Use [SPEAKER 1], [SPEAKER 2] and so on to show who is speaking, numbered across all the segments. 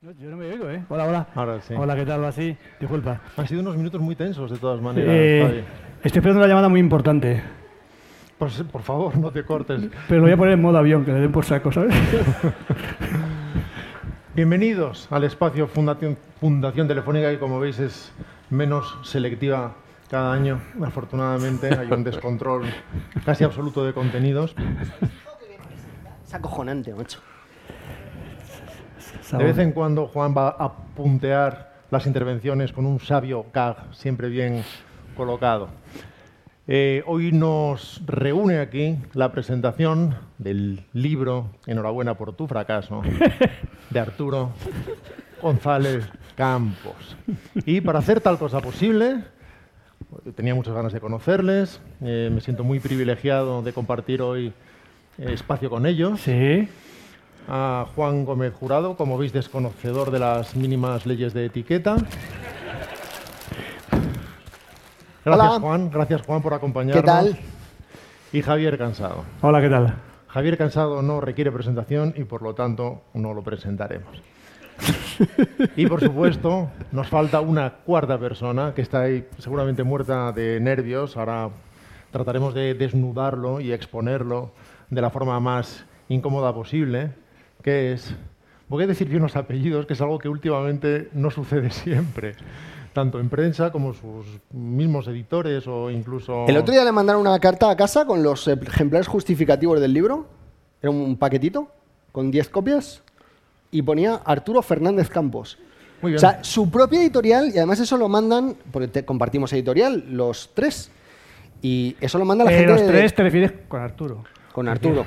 [SPEAKER 1] No, yo no me oigo, ¿eh? Hola, hola.
[SPEAKER 2] Ahora sí.
[SPEAKER 1] Hola, ¿qué tal? Así, disculpa.
[SPEAKER 2] Han sido unos minutos muy tensos, de todas maneras.
[SPEAKER 1] Eh,
[SPEAKER 2] Javi.
[SPEAKER 1] estoy esperando una llamada muy importante,
[SPEAKER 2] Pues, por favor, no te cortes.
[SPEAKER 1] pero lo voy a poner en modo avión, que le den por saco, ¿sabes?
[SPEAKER 2] Bienvenidos al espacio Fundación, Fundación Telefónica, que como veis es menos selectiva cada año. Afortunadamente hay un descontrol casi absoluto de contenidos.
[SPEAKER 3] Es acojonante, macho.
[SPEAKER 2] De vez en cuando Juan va a puntear las intervenciones con un sabio gag, siempre bien colocado. Eh, hoy nos reúne aquí la presentación del libro Enhorabuena por tu fracaso de Arturo González Campos. Y para hacer tal cosa posible, tenía muchas ganas de conocerles, eh, me siento muy privilegiado de compartir hoy eh, espacio con ellos
[SPEAKER 1] Sí,
[SPEAKER 2] a Juan Gómez Jurado, como veis desconocedor de las mínimas leyes de etiqueta. Gracias
[SPEAKER 3] Hola.
[SPEAKER 2] Juan, gracias Juan por
[SPEAKER 3] ¿Qué
[SPEAKER 2] acompañarnos.
[SPEAKER 3] tal?
[SPEAKER 2] Y Javier Cansado.
[SPEAKER 1] hola, ¿qué tal?
[SPEAKER 2] Javier Cansado no requiere presentación y por lo tanto no lo presentaremos. Y por supuesto, nos falta una cuarta persona que está ahí seguramente muerta de nervios. Ahora trataremos de desnudarlo y exponerlo de la forma más incómoda posible, que es, voy a decir yo unos apellidos, que es algo que últimamente no sucede siempre, tanto en prensa como sus mismos editores o incluso...
[SPEAKER 3] El otro día le mandaron una carta a casa con los eh, ejemplares justificativos del libro. Era un paquetito con 10 copias y ponía Arturo Fernández Campos.
[SPEAKER 2] Muy bien.
[SPEAKER 3] O sea, su propia editorial, y además eso lo mandan, porque te- compartimos editorial, los tres. Y eso lo manda la
[SPEAKER 1] Eh,
[SPEAKER 3] gente
[SPEAKER 1] los
[SPEAKER 3] de-
[SPEAKER 1] tres te refieres con Arturo.
[SPEAKER 3] con Arturo.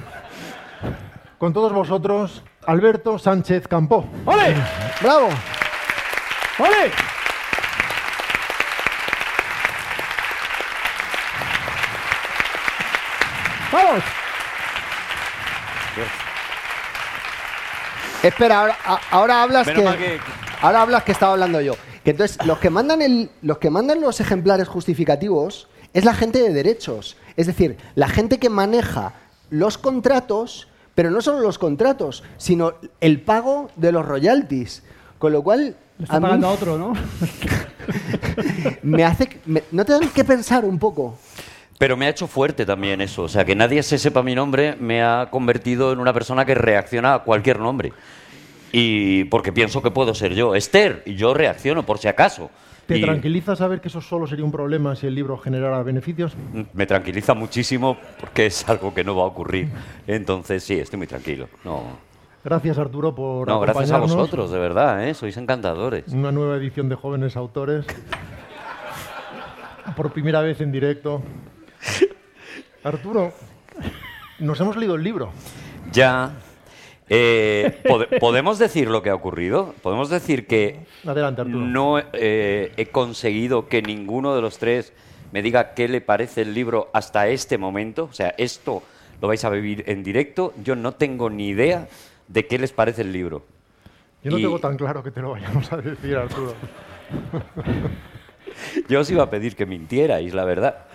[SPEAKER 2] Con todos vosotros, Alberto Sánchez Campó.
[SPEAKER 1] ¡Ole!
[SPEAKER 3] ¡Bravo!
[SPEAKER 1] ¡Ole! ¡Vamos!
[SPEAKER 3] Espera, ahora, a- ahora hablas
[SPEAKER 4] Menos mal
[SPEAKER 3] que,
[SPEAKER 4] que-
[SPEAKER 3] ahora hablas que estaba hablando yo. Que entonces los que mandan el, los que mandan los ejemplares justificativos es la gente de derechos, es decir, la gente que maneja los contratos, pero no solo los contratos, sino el pago de los royalties, con lo cual
[SPEAKER 1] Lo está
[SPEAKER 3] a mí
[SPEAKER 1] pagando a otro, ¿no?
[SPEAKER 3] me hace me- no te dan que pensar un poco.
[SPEAKER 4] Pero me ha hecho fuerte también eso. O sea, que nadie se sepa mi nombre me ha convertido en una persona que reacciona a cualquier nombre. Y porque pienso que puedo ser yo. Esther, y yo reacciono por si acaso.
[SPEAKER 2] ¿Te
[SPEAKER 4] Y
[SPEAKER 2] tranquiliza saber que eso solo sería un problema si el libro generara beneficios?
[SPEAKER 4] Me tranquiliza muchísimo porque es algo que no va a ocurrir. Entonces, sí, estoy muy tranquilo. No,
[SPEAKER 2] Gracias, Arturo, por
[SPEAKER 4] no gracias a
[SPEAKER 2] acompañarnos.
[SPEAKER 4] vosotros, de verdad, ¿eh? sois encantadores.
[SPEAKER 2] Una nueva edición de Jóvenes Autores. Por primera vez en directo. Arturo, nos hemos leído el libro.
[SPEAKER 4] Ya. eh, ¿pod- ¿Podemos decir lo que ha ocurrido? ¿Podemos decir que
[SPEAKER 2] Adelante, Arturo.
[SPEAKER 4] No eh, he conseguido que ninguno de los tres me diga qué le parece el libro hasta este momento. O sea, esto lo vais a vivir en directo. Yo no tengo ni idea de qué les parece el libro.
[SPEAKER 2] Yo no
[SPEAKER 4] y-
[SPEAKER 2] tengo tan claro que te lo vayamos a decir, Arturo.
[SPEAKER 4] Yo os iba a pedir que mintierais, la verdad.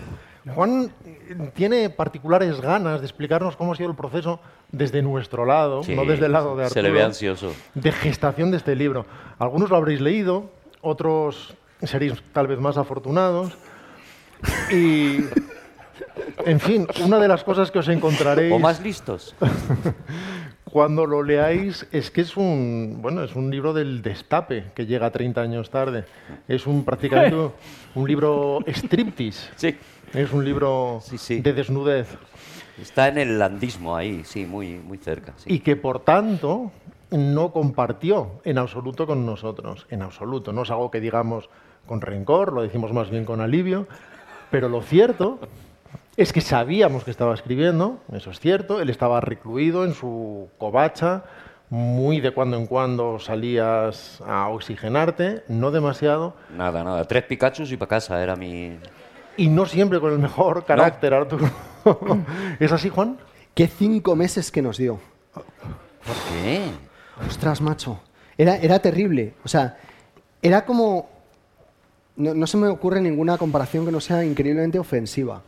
[SPEAKER 2] Juan eh, tiene particulares ganas de explicarnos cómo ha sido el proceso desde nuestro lado,
[SPEAKER 4] Sí,
[SPEAKER 2] no desde el lado de Arturo.
[SPEAKER 4] Se le ve ansioso.
[SPEAKER 2] de gestación de este libro. Algunos lo habréis leído, otros seréis tal vez más afortunados. Y, en fin, una de las cosas que os encontraréis
[SPEAKER 4] O más listos.
[SPEAKER 2] cuando lo leáis es que es un, bueno, es un libro del destape que llega 30 años tarde. Es un prácticamente un- un libro striptease.
[SPEAKER 4] Sí.
[SPEAKER 2] Es un libro
[SPEAKER 4] Sí, sí.
[SPEAKER 2] de desnudez.
[SPEAKER 4] Está en el landismo ahí, sí, muy, muy cerca. sí.
[SPEAKER 2] y que por tanto no compartió en absoluto con nosotros, en absoluto. No es algo que digamos con rencor, lo decimos más bien con alivio, pero lo cierto es que sabíamos que estaba escribiendo, eso es cierto, él estaba recluido en su covacha, muy de cuando en cuando salías a oxigenarte, no demasiado,
[SPEAKER 4] Nada, nada. Tres Pikachus y para casa era mi.
[SPEAKER 2] y no siempre con el mejor carácter, Arturo. ¿Es así, Juan?
[SPEAKER 3] Qué cinco meses que nos dio.
[SPEAKER 4] ¿Por qué?
[SPEAKER 3] Ostras, macho. Era, era terrible. O sea, era como. No, no se me ocurre ninguna comparación que no sea increíblemente ofensiva.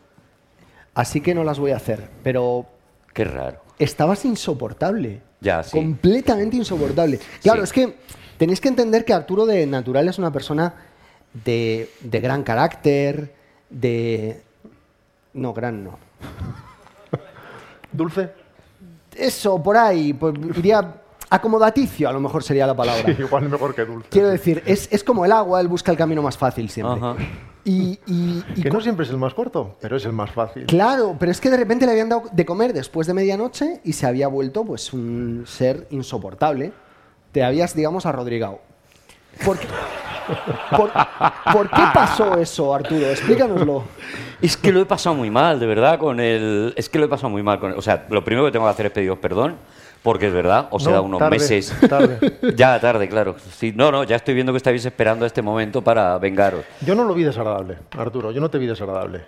[SPEAKER 3] Así que no las voy a hacer. Pero
[SPEAKER 4] Qué raro.
[SPEAKER 3] estabas insoportable.
[SPEAKER 4] Ya, sí.
[SPEAKER 3] Completamente insoportable. Claro,
[SPEAKER 4] Sí.
[SPEAKER 3] es que tenéis que entender que Arturo de natural es una persona de, de gran carácter, de... No, gran no.
[SPEAKER 2] Dulce.
[SPEAKER 3] Eso, por ahí, pues, iría acomodaticio, a lo mejor sería la palabra.
[SPEAKER 2] Sí, igual mejor que dulce.
[SPEAKER 3] Quiero decir, es, es como el agua, él busca el camino más fácil siempre.
[SPEAKER 4] Ajá.
[SPEAKER 3] Y, y- y
[SPEAKER 2] Que
[SPEAKER 3] co-
[SPEAKER 2] no siempre es el más corto, pero es el más fácil.
[SPEAKER 3] Claro, pero es que de repente le habían dado de comer después de medianoche y se había vuelto pues un ser insoportable. Te habías, digamos, arrodrigado. ¿Por qué, por, por qué pasó eso, Arturo? Explícanoslo.
[SPEAKER 4] Es que lo he pasado muy mal, de verdad, con el. Es que lo he pasado muy mal con el- O sea, lo primero que tengo que hacer es pediros perdón, porque es verdad, os he
[SPEAKER 2] No,
[SPEAKER 4] dado unos
[SPEAKER 2] tarde,
[SPEAKER 4] meses.
[SPEAKER 2] tarde.
[SPEAKER 4] Ya tarde, claro. Sí, no, no, ya estoy viendo que estáis esperando este momento para vengaros.
[SPEAKER 2] Yo no lo vi desagradable, Arturo. Yo no te vi desagradable.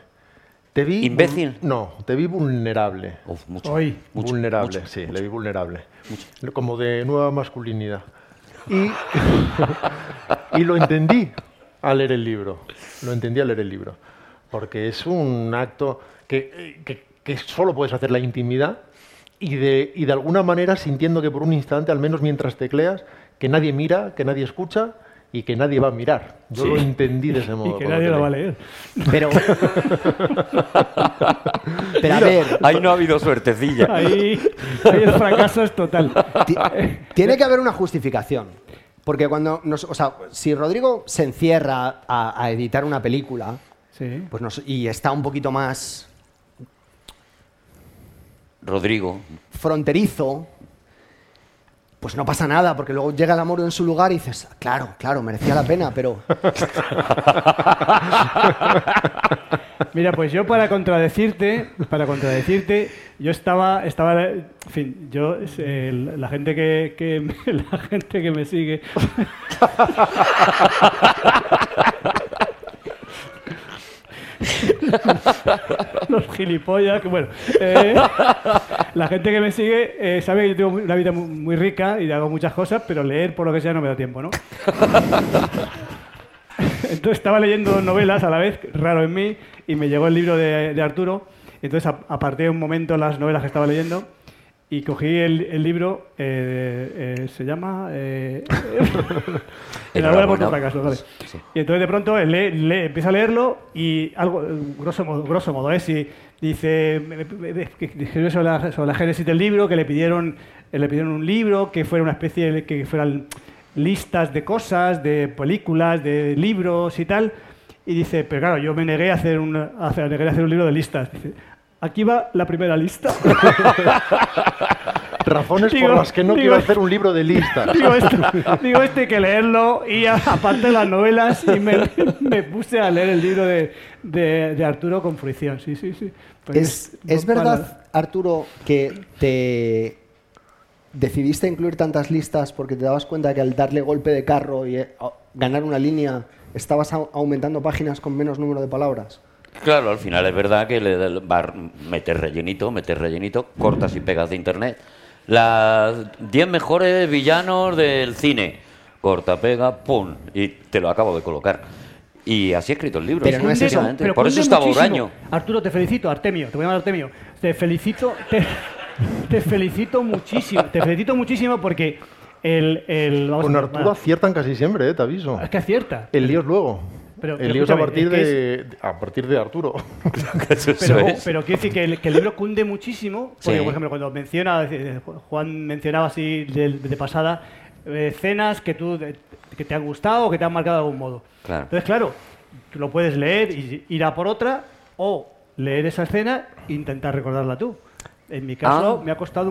[SPEAKER 2] Te vi.
[SPEAKER 4] Imbécil.
[SPEAKER 2] No, te vi vulnerable.
[SPEAKER 4] Uf, mucho.
[SPEAKER 1] Hoy.
[SPEAKER 4] mucho,
[SPEAKER 2] vulnerable,
[SPEAKER 4] mucho,
[SPEAKER 2] sí, le vi vulnerable. Como de nueva masculinidad. Y, y lo entendí al leer el libro. Lo entendí al leer el libro. Porque es un acto que, que- que solo puedes hacer la intimidad y de, y de alguna manera sintiendo que por un instante, al menos mientras tecleas, que nadie mira, que nadie escucha y que nadie va a mirar. Yo
[SPEAKER 4] Sí.
[SPEAKER 2] lo entendí de ese modo.
[SPEAKER 1] Y que
[SPEAKER 2] por lo
[SPEAKER 1] nadie la
[SPEAKER 2] leí.
[SPEAKER 1] va a leer.
[SPEAKER 3] Pero. Pero a ver,
[SPEAKER 4] Ahí no ha habido suertecilla.
[SPEAKER 1] Ahí, ahí el fracaso es total.
[SPEAKER 3] ti- tiene que haber una justificación. Porque cuando nos. O sea, si Rodrigo se encierra a- a editar una película,
[SPEAKER 1] Sí.
[SPEAKER 3] pues nos- y está un poquito más
[SPEAKER 4] Rodrigo,
[SPEAKER 3] fronterizo, pues no pasa nada, porque luego llega el amor en su lugar y dices, claro, claro, merecía la pena, pero
[SPEAKER 1] Mira, pues yo para contradecirte, para contradecirte, yo estaba, estaba, en fin, yo eh, la gente que, que me- la gente que me sigue, los gilipollas, que bueno, eh, la gente que me sigue eh, sabe que yo tengo una vida muy, muy rica y hago muchas cosas, pero leer por lo que sea no me da tiempo, ¿no? Entonces estaba leyendo dos novelas a la vez, raro en mí, y me llegó el libro de, de Arturo. Entonces a- aparté un momento las novelas que estaba leyendo y cogí el, el libro, eh, eh, se llama... Eh, Enhorabuena por tu
[SPEAKER 4] Enhorabuena.
[SPEAKER 1] fracaso, vale.
[SPEAKER 4] Sí.
[SPEAKER 1] Y entonces de pronto él lee- lee- empieza a leerlo y algo, eh, grosso modo, grosso modo ¿eh? Si dice, me- me- me- que escribió sobre la, sobre la génesis del libro, que le pidieron, eh, le pidieron un libro, que fuera una especie, de- que fueran listas de cosas, de películas, de libros y tal. Y dice, pero claro, yo me negué a hacer un, a hacer, negué a hacer un libro de listas. Dice, aquí va la primera lista.
[SPEAKER 2] Razones
[SPEAKER 1] Digo-
[SPEAKER 2] por las que no
[SPEAKER 1] digo-
[SPEAKER 2] quiero hacer un libro de listas.
[SPEAKER 1] digo, esto, digo, esto hay que leerlo y a- aparte de las novelas y me, me puse a leer el libro de, de- de Arturo con fruición, sí, sí, sí. Pues
[SPEAKER 3] es, es
[SPEAKER 1] para-
[SPEAKER 3] verdad, Arturo, que te decidiste incluir tantas listas porque te dabas cuenta que al darle golpe de carro y eh, a- ganar una línea, estabas au- aumentando páginas con menos número de palabras.
[SPEAKER 4] Claro, al final es verdad que le le- va a meter rellenito, meter rellenito, cortas y pegas de internet. Las 10 mejores villanos del cine. Corta, pega, pum. Y te lo acabo de colocar. Y así he escrito el libro.
[SPEAKER 3] Pero no
[SPEAKER 1] Cunde-
[SPEAKER 3] es eso.
[SPEAKER 4] efectivamente.
[SPEAKER 1] pero
[SPEAKER 4] Por eso
[SPEAKER 1] cunde
[SPEAKER 4] estaba
[SPEAKER 1] muchísimo.
[SPEAKER 4] huraño.
[SPEAKER 1] Arturo, te felicito, Artemio, te voy a llamar Artemio. Te felicito, te, te felicito muchísimo, te felicito muchísimo porque el... el vamos
[SPEAKER 2] Con
[SPEAKER 1] a-
[SPEAKER 2] Arturo aciertan casi siempre, eh, te aviso.
[SPEAKER 1] Es que acierta.
[SPEAKER 2] El lío es luego.
[SPEAKER 1] Pero-
[SPEAKER 2] el
[SPEAKER 1] pero
[SPEAKER 2] lío es a
[SPEAKER 1] escúchame,
[SPEAKER 2] partir,
[SPEAKER 1] es que
[SPEAKER 2] de, a partir de Arturo.
[SPEAKER 4] Eso
[SPEAKER 1] Pero,
[SPEAKER 4] es.
[SPEAKER 1] pero quiero decir que el, que el libro cunde muchísimo, porque,
[SPEAKER 4] Sí.
[SPEAKER 1] por ejemplo, cuando menciona, eh, Juan mencionaba así de, de pasada, eh, escenas que, tú, de- que te han gustado o que te han marcado de algún modo.
[SPEAKER 4] Claro.
[SPEAKER 1] Entonces, claro, tú lo puedes leer y ir a por otra, o leer esa escena e intentar recordarla tú. En mi caso,
[SPEAKER 4] Ah.
[SPEAKER 1] me ha costado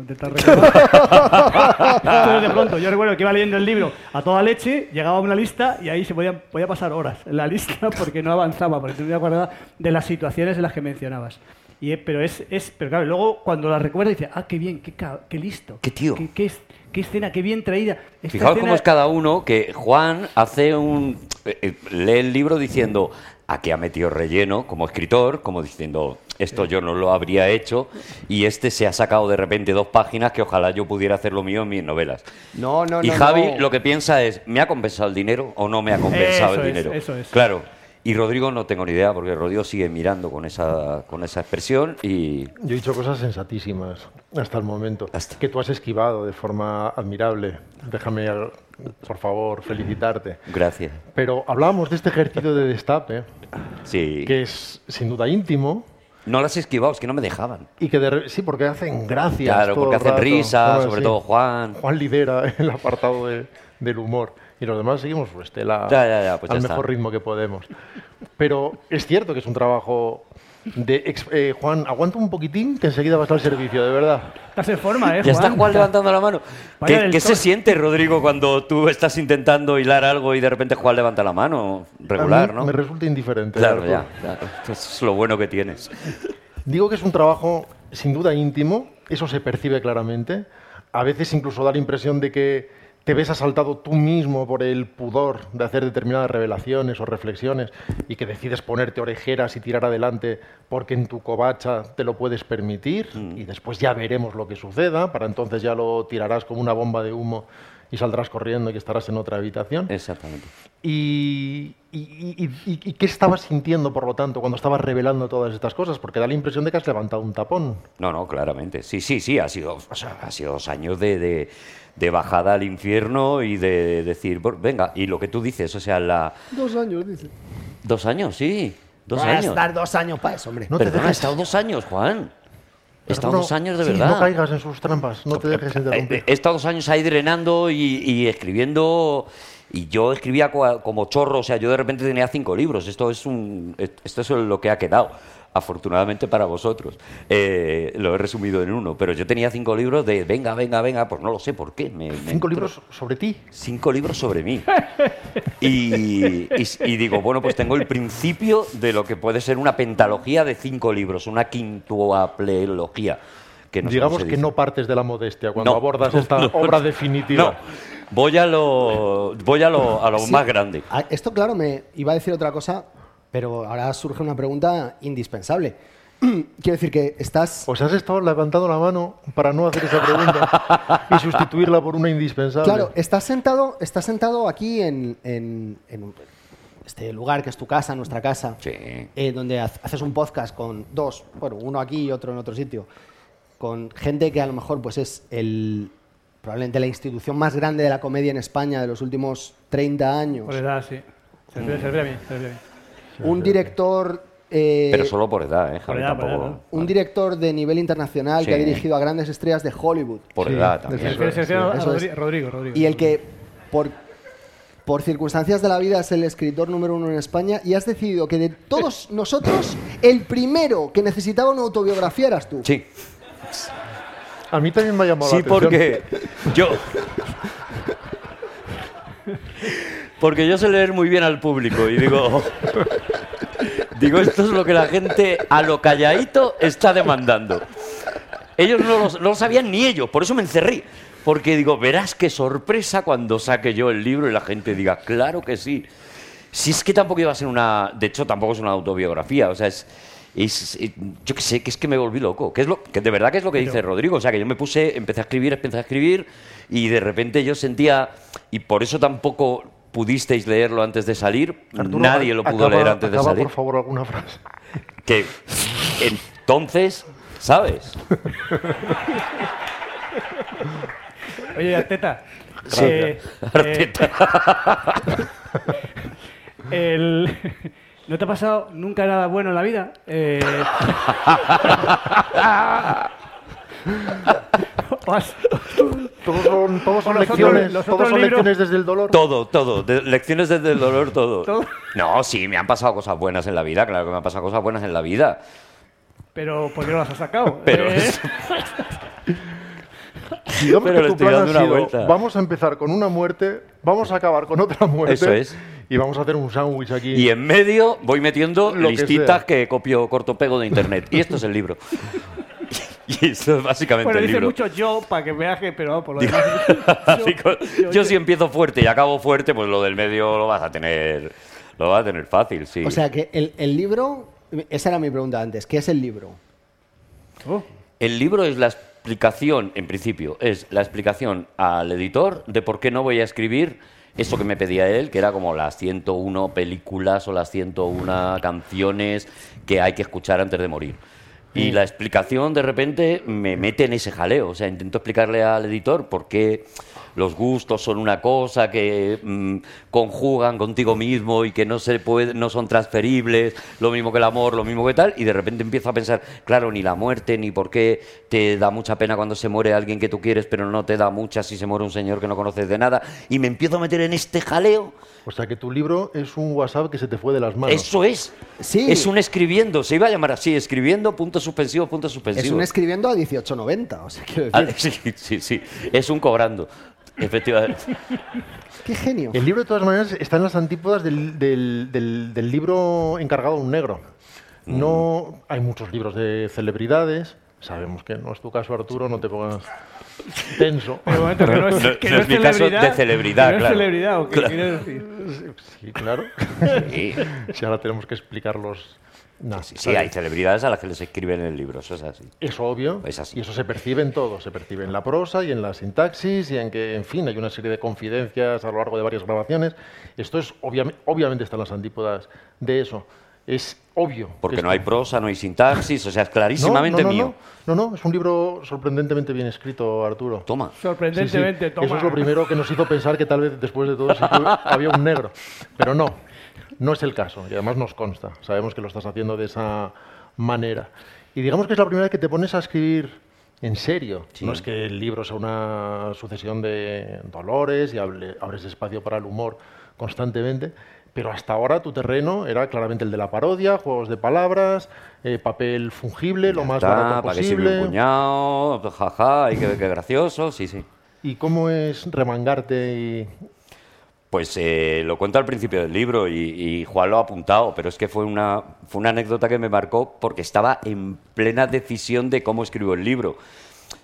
[SPEAKER 1] intentar recordarla. Entonces, de pronto, yo recuerdo que iba leyendo el libro a toda leche, llegaba a una lista y ahí se podía, podía pasar horas en la lista porque no avanzaba, porque tenía acordada de las situaciones en las que mencionabas. Y, eh, pero, es, es, pero claro, luego cuando la recuerdas dices, ah, qué bien, qué, ca- qué listo.
[SPEAKER 4] Qué tío.
[SPEAKER 1] Qué, qué es- qué escena, qué bien traída. Esta
[SPEAKER 4] Fijaos
[SPEAKER 1] escena-
[SPEAKER 4] cómo es cada uno que Juan hace un. eh, eh, lee el libro diciendo. Aquí ha metido relleno como escritor, como diciendo. Esto yo no lo habría hecho. Y este se ha sacado de repente dos páginas que ojalá yo pudiera hacer lo mío en mis novelas.
[SPEAKER 3] No, no,
[SPEAKER 4] y
[SPEAKER 3] no,
[SPEAKER 4] Javi
[SPEAKER 3] no.
[SPEAKER 4] lo que piensa es, ¿me ha compensado el dinero o no me ha compensado
[SPEAKER 1] Eso
[SPEAKER 4] el
[SPEAKER 1] es,
[SPEAKER 4] dinero?
[SPEAKER 1] eso es.
[SPEAKER 4] Claro. Y Rodrigo no tengo ni idea, porque Rodrigo sigue mirando con esa, con esa expresión y...
[SPEAKER 2] Yo he dicho cosas sensatísimas hasta el momento,
[SPEAKER 4] Hasta-
[SPEAKER 2] que tú has esquivado de forma admirable. Déjame, al- por favor, felicitarte.
[SPEAKER 4] Gracias.
[SPEAKER 2] Pero hablamos de este ejercicio de destape,
[SPEAKER 4] Sí.
[SPEAKER 2] que es sin duda íntimo,
[SPEAKER 4] No las he esquivado, es que no me dejaban.
[SPEAKER 2] y que de re- sí, porque hacen gracias.
[SPEAKER 4] Claro,
[SPEAKER 2] todo
[SPEAKER 4] porque
[SPEAKER 2] el
[SPEAKER 4] hacen
[SPEAKER 2] rato.
[SPEAKER 4] risa,
[SPEAKER 2] Ahora
[SPEAKER 4] sobre
[SPEAKER 2] sí.
[SPEAKER 4] todo Juan.
[SPEAKER 2] Juan lidera el apartado de- del humor y los demás seguimos su estela
[SPEAKER 4] Ya, ya, ya, pues
[SPEAKER 2] al
[SPEAKER 4] ya
[SPEAKER 2] mejor
[SPEAKER 4] está.
[SPEAKER 2] ritmo que podemos. Pero es cierto que es un trabajo de... ex- eh, Juan, aguanta un poquitín que enseguida vas al servicio, de verdad.
[SPEAKER 1] Estás en forma, ¿eh?
[SPEAKER 4] Ya está Juan
[SPEAKER 1] Juan
[SPEAKER 4] levantando la mano.
[SPEAKER 1] Vaya
[SPEAKER 4] ¿Qué,
[SPEAKER 1] del
[SPEAKER 4] qué se
[SPEAKER 1] todo.
[SPEAKER 4] siente, Rodrigo, cuando tú estás intentando hilar algo y de repente Juan levanta la mano?
[SPEAKER 2] A
[SPEAKER 4] Regular,
[SPEAKER 2] mí
[SPEAKER 4] ¿no?
[SPEAKER 2] Me resulta indiferente.
[SPEAKER 4] Claro,
[SPEAKER 2] Arturo.
[SPEAKER 4] ya. ya. Eso es lo bueno que tienes.
[SPEAKER 2] Digo que es un trabajo sin duda íntimo, eso se percibe claramente. A veces incluso da la impresión de que te ves asaltado tú mismo por el pudor de hacer determinadas revelaciones o reflexiones y que decides ponerte orejeras y tirar adelante porque en tu covacha te lo puedes permitir y después ya veremos lo que suceda, para entonces ya lo tirarás como una bomba de humo y saldrás corriendo y que estarás en otra habitación.
[SPEAKER 4] Exactamente.
[SPEAKER 2] ¿Y, y- y- y- y qué estabas sintiendo, por lo tanto, cuando estabas revelando todas estas cosas? Porque da la impresión de que has levantado un tapón.
[SPEAKER 4] No, no, claramente. Sí, sí, sí, ha sido, o sea, ha sido dos años de, de- de bajada al infierno y de decir, "Bueno, venga, y lo que tú dices, o sea, la...
[SPEAKER 3] Dos años, dice.
[SPEAKER 4] Dos años, sí, dos
[SPEAKER 3] Vas a
[SPEAKER 4] años.
[SPEAKER 3] dar dos años para eso, hombre.
[SPEAKER 2] No te
[SPEAKER 4] Perdona, he
[SPEAKER 2] dejes.
[SPEAKER 4] estado dos años, Juan. He estado
[SPEAKER 2] Arturo,
[SPEAKER 4] dos años de
[SPEAKER 2] sí,
[SPEAKER 4] verdad.
[SPEAKER 2] No caigas en sus trampas, no te dejes
[SPEAKER 4] Eh,
[SPEAKER 2] interrumpir.
[SPEAKER 4] He estado dos años ahí drenando y, y escribiendo. Y yo escribía cua- como chorro, o sea, yo de repente tenía cinco libros. Esto es, un, esto es lo que ha quedado, afortunadamente para vosotros. Eh, lo he resumido en uno, pero yo tenía cinco libros de venga, venga, venga, pues no lo sé por qué. me- me
[SPEAKER 2] Cinco
[SPEAKER 4] entró-
[SPEAKER 2] libros sobre ti.
[SPEAKER 4] cinco libros sobre mí. Y, y- y digo, bueno, pues tengo el principio de lo que puede ser una pentalogía de cinco libros, una quintuaplelogía. Que no sé cómo
[SPEAKER 2] Digamos
[SPEAKER 4] se
[SPEAKER 2] que
[SPEAKER 4] dice.
[SPEAKER 2] no partes de la modestia cuando
[SPEAKER 4] No.
[SPEAKER 2] abordas esta obra definitiva.
[SPEAKER 4] No, voy a lo, voy a lo, a lo
[SPEAKER 3] Sí.
[SPEAKER 4] más grande.
[SPEAKER 3] A- Ah, Esto, claro, me iba a decir otra cosa, pero ahora surge una pregunta indispensable. Quiero decir que estás.
[SPEAKER 1] Pues,
[SPEAKER 2] Os Pues has estado levantando la mano para no hacer esa pregunta y sustituirla por una indispensable.
[SPEAKER 3] Claro, estás sentado, estás sentado aquí en, en- en este lugar que es tu casa, nuestra casa,
[SPEAKER 4] Sí.
[SPEAKER 3] eh, donde ha- haces un podcast con dos, bueno, uno aquí y otro en otro sitio, con gente que a lo mejor pues es el probablemente la institución más grande de la comedia en España de los últimos 30 años.
[SPEAKER 1] Por edad, Pues, ah, sí. Se refiere, se refiere a mí, se refiere a mí.
[SPEAKER 3] Un director eh,
[SPEAKER 4] Pero solo por edad, ¿eh?
[SPEAKER 1] por
[SPEAKER 4] Javi,
[SPEAKER 1] edad, por
[SPEAKER 4] tampoco-
[SPEAKER 1] edad, ¿no?
[SPEAKER 3] un director de nivel internacional que ha
[SPEAKER 4] Sí.
[SPEAKER 3] dirigido a grandes estrellas de Hollywood.
[SPEAKER 4] Por
[SPEAKER 2] Sí,
[SPEAKER 4] edad también.
[SPEAKER 1] Se
[SPEAKER 2] desde-
[SPEAKER 1] refiere- se refiere a
[SPEAKER 3] eso
[SPEAKER 1] Rodri-
[SPEAKER 3] es.
[SPEAKER 1] Rodrigo, Rodrigo.
[SPEAKER 3] Y el que, por, por circunstancias de la vida, es el escritor número uno en España y has decidido que de todos nosotros, el primero que necesitaba una autobiografía eras tú.
[SPEAKER 4] Sí,
[SPEAKER 2] A mí también me ha llamado
[SPEAKER 4] sí,
[SPEAKER 2] la atención.
[SPEAKER 4] porque yo... Porque yo sé leer muy bien al público y digo... Digo, esto es lo que la gente a lo calladito está demandando. Ellos no lo, no lo sabían ni ellos, por eso me encerré. Porque digo, verás qué sorpresa cuando saque yo el libro y la gente diga, claro que sí. Si es que tampoco iba a ser una. De hecho, tampoco es una autobiografía. O sea, es. es- es- yo qué sé, que es que me volví loco. Que es lo, que de verdad que es lo que dice Rodrigo. O sea, que yo me puse, empecé a escribir, empecé a escribir y de repente yo sentía. Y por eso tampoco pudisteis leerlo antes de salir.
[SPEAKER 2] Arturo,
[SPEAKER 4] Nadie lo pudo
[SPEAKER 2] acaba-
[SPEAKER 4] leer antes de
[SPEAKER 2] acaba,
[SPEAKER 4] salir.
[SPEAKER 2] por favor, alguna frase.
[SPEAKER 4] Que entonces, ¿sabes?
[SPEAKER 1] Oye, Arteta.
[SPEAKER 4] Sí,
[SPEAKER 1] eh,
[SPEAKER 4] Arteta.
[SPEAKER 1] eh, el- ¿No te ha pasado nunca nada bueno en la vida? Eh, ¿O has-
[SPEAKER 2] Todos son, todos son
[SPEAKER 1] Con los otros-
[SPEAKER 2] lecciones,
[SPEAKER 1] los
[SPEAKER 2] todos
[SPEAKER 1] otros
[SPEAKER 2] son
[SPEAKER 1] libros-
[SPEAKER 2] lecciones desde el dolor.
[SPEAKER 4] Todo, todo. De- lecciones desde el dolor, todo.
[SPEAKER 1] Todo.
[SPEAKER 4] No, sí, me han pasado cosas buenas en la vida. Claro que me han pasado cosas buenas en la vida.
[SPEAKER 1] pero ¿por qué no las has sacado?
[SPEAKER 4] Pero
[SPEAKER 1] Eh,
[SPEAKER 4] es- Pero
[SPEAKER 2] Digamos que
[SPEAKER 4] le
[SPEAKER 2] tu
[SPEAKER 4] estoy
[SPEAKER 2] plan ha
[SPEAKER 4] dando una
[SPEAKER 2] sido,
[SPEAKER 4] vuelta.
[SPEAKER 2] vamos a empezar con una muerte, vamos a acabar con otra muerte.
[SPEAKER 4] Eso es.
[SPEAKER 2] Y vamos a hacer un sándwich aquí.
[SPEAKER 4] Y en medio voy metiendo
[SPEAKER 2] Lo que
[SPEAKER 4] listitas
[SPEAKER 2] sea.
[SPEAKER 4] que, copio corto pego de internet. Y esto es el libro. Y esto es básicamente
[SPEAKER 1] bueno,
[SPEAKER 4] el
[SPEAKER 1] dice
[SPEAKER 4] libro.
[SPEAKER 1] mucho yo para que veas que, pero por lo
[SPEAKER 4] Digo-
[SPEAKER 1] demás.
[SPEAKER 4] Digo, yo, si empiezo fuerte y acabo fuerte, pues lo del medio lo vas a tener, lo vas a tener fácil, sí.
[SPEAKER 3] O sea que el, el libro, esa era mi pregunta antes, ¿qué es el libro?
[SPEAKER 1] Oh,
[SPEAKER 4] El libro es la explicación, en principio, es la explicación al editor de por qué no voy a escribir eso que me pedía él, que era como las 101 películas o las 101 canciones que hay que escuchar antes de morir. Y la explicación de repente me mete en ese jaleo. O sea, intento explicarle al editor por qué los gustos son una cosa que mm, conjugan contigo mismo y que no, se puede, no son transferibles, lo mismo que el amor, lo mismo que tal. Y de repente empiezo a pensar, claro, ni la muerte, ni por qué te da mucha pena cuando se muere alguien que tú quieres, pero no te da mucha si se muere un señor que no conoces de nada. Y me empiezo a meter en este jaleo.
[SPEAKER 2] O sea que tu libro es un WhatsApp que se te fue de las manos.
[SPEAKER 4] Eso es.
[SPEAKER 3] Sí.
[SPEAKER 4] Es un escribiendo. Se iba a llamar así, escribiendo, punto suspensivo, punto suspensivo.
[SPEAKER 3] Es un escribiendo a 18.90, o sea, quiero
[SPEAKER 4] Ah,
[SPEAKER 3] decir,
[SPEAKER 4] sí, sí, sí. Es un cobrando. Efectivamente. eh,
[SPEAKER 3] qué genio.
[SPEAKER 2] El libro, de todas maneras, está en las antípodas del, del- del- del libro encargado a un negro.
[SPEAKER 4] Mm.
[SPEAKER 2] No hay muchos libros de celebridades. Sabemos que no es tu caso, Arturo, no te pongas tenso.
[SPEAKER 1] Pero bueno, que no es,
[SPEAKER 4] No,
[SPEAKER 1] que
[SPEAKER 4] no
[SPEAKER 1] no
[SPEAKER 4] es
[SPEAKER 1] es
[SPEAKER 4] mi caso
[SPEAKER 1] celebridad.
[SPEAKER 4] de celebridad,
[SPEAKER 1] que no
[SPEAKER 4] claro.
[SPEAKER 1] es celebridad, ¿o qué
[SPEAKER 4] Claro.
[SPEAKER 1] quieres decir?
[SPEAKER 2] Sí, claro.
[SPEAKER 4] Sí,
[SPEAKER 2] Si ahora tenemos que explicarlos. No,
[SPEAKER 4] sí, sí, hay celebridades a las que les escriben en el libro, eso es así.
[SPEAKER 2] Es obvio,
[SPEAKER 4] Es así.
[SPEAKER 2] y eso se percibe en todo, se percibe en la prosa y en la sintaxis y en que, en fin, hay una serie de confidencias a lo largo de varias grabaciones. Esto es, obviamente, obviamente están las antípodas de eso. Es obvio. que
[SPEAKER 4] Porque
[SPEAKER 2] esto-
[SPEAKER 4] no hay prosa, no hay sintaxis, o sea, es clarísimamente
[SPEAKER 2] no, no, no,
[SPEAKER 4] mío.
[SPEAKER 2] No, no, no, es un libro sorprendentemente bien escrito, Arturo.
[SPEAKER 4] Toma.
[SPEAKER 2] Sí, sí,
[SPEAKER 1] Sorprendentemente, toma.
[SPEAKER 2] Eso es lo primero que nos hizo pensar que tal vez después de todo sí que había un negro. Pero no, no es el caso. Y además nos consta. Sabemos que lo estás haciendo de esa manera. Y digamos que es la primera vez que te pones a escribir en serio.
[SPEAKER 4] Sí.
[SPEAKER 2] No es que el libro sea una sucesión de dolores y hable- abres espacio para el humor constantemente. Pero hasta ahora tu terreno era claramente el de la parodia, juegos de palabras, eh, papel fungible, lo
[SPEAKER 4] Ya
[SPEAKER 2] más
[SPEAKER 4] está,
[SPEAKER 2] barato
[SPEAKER 4] para que sirve un
[SPEAKER 2] posible.
[SPEAKER 4] puñado, jaja, y qué, qué gracioso, sí, sí.
[SPEAKER 2] ¿Y cómo es remangarte y
[SPEAKER 4] Pues eh, lo cuento al principio del libro y, y Juan lo ha apuntado, pero es que fue una, fue una anécdota que me marcó porque estaba en plena decisión de cómo escribo el libro.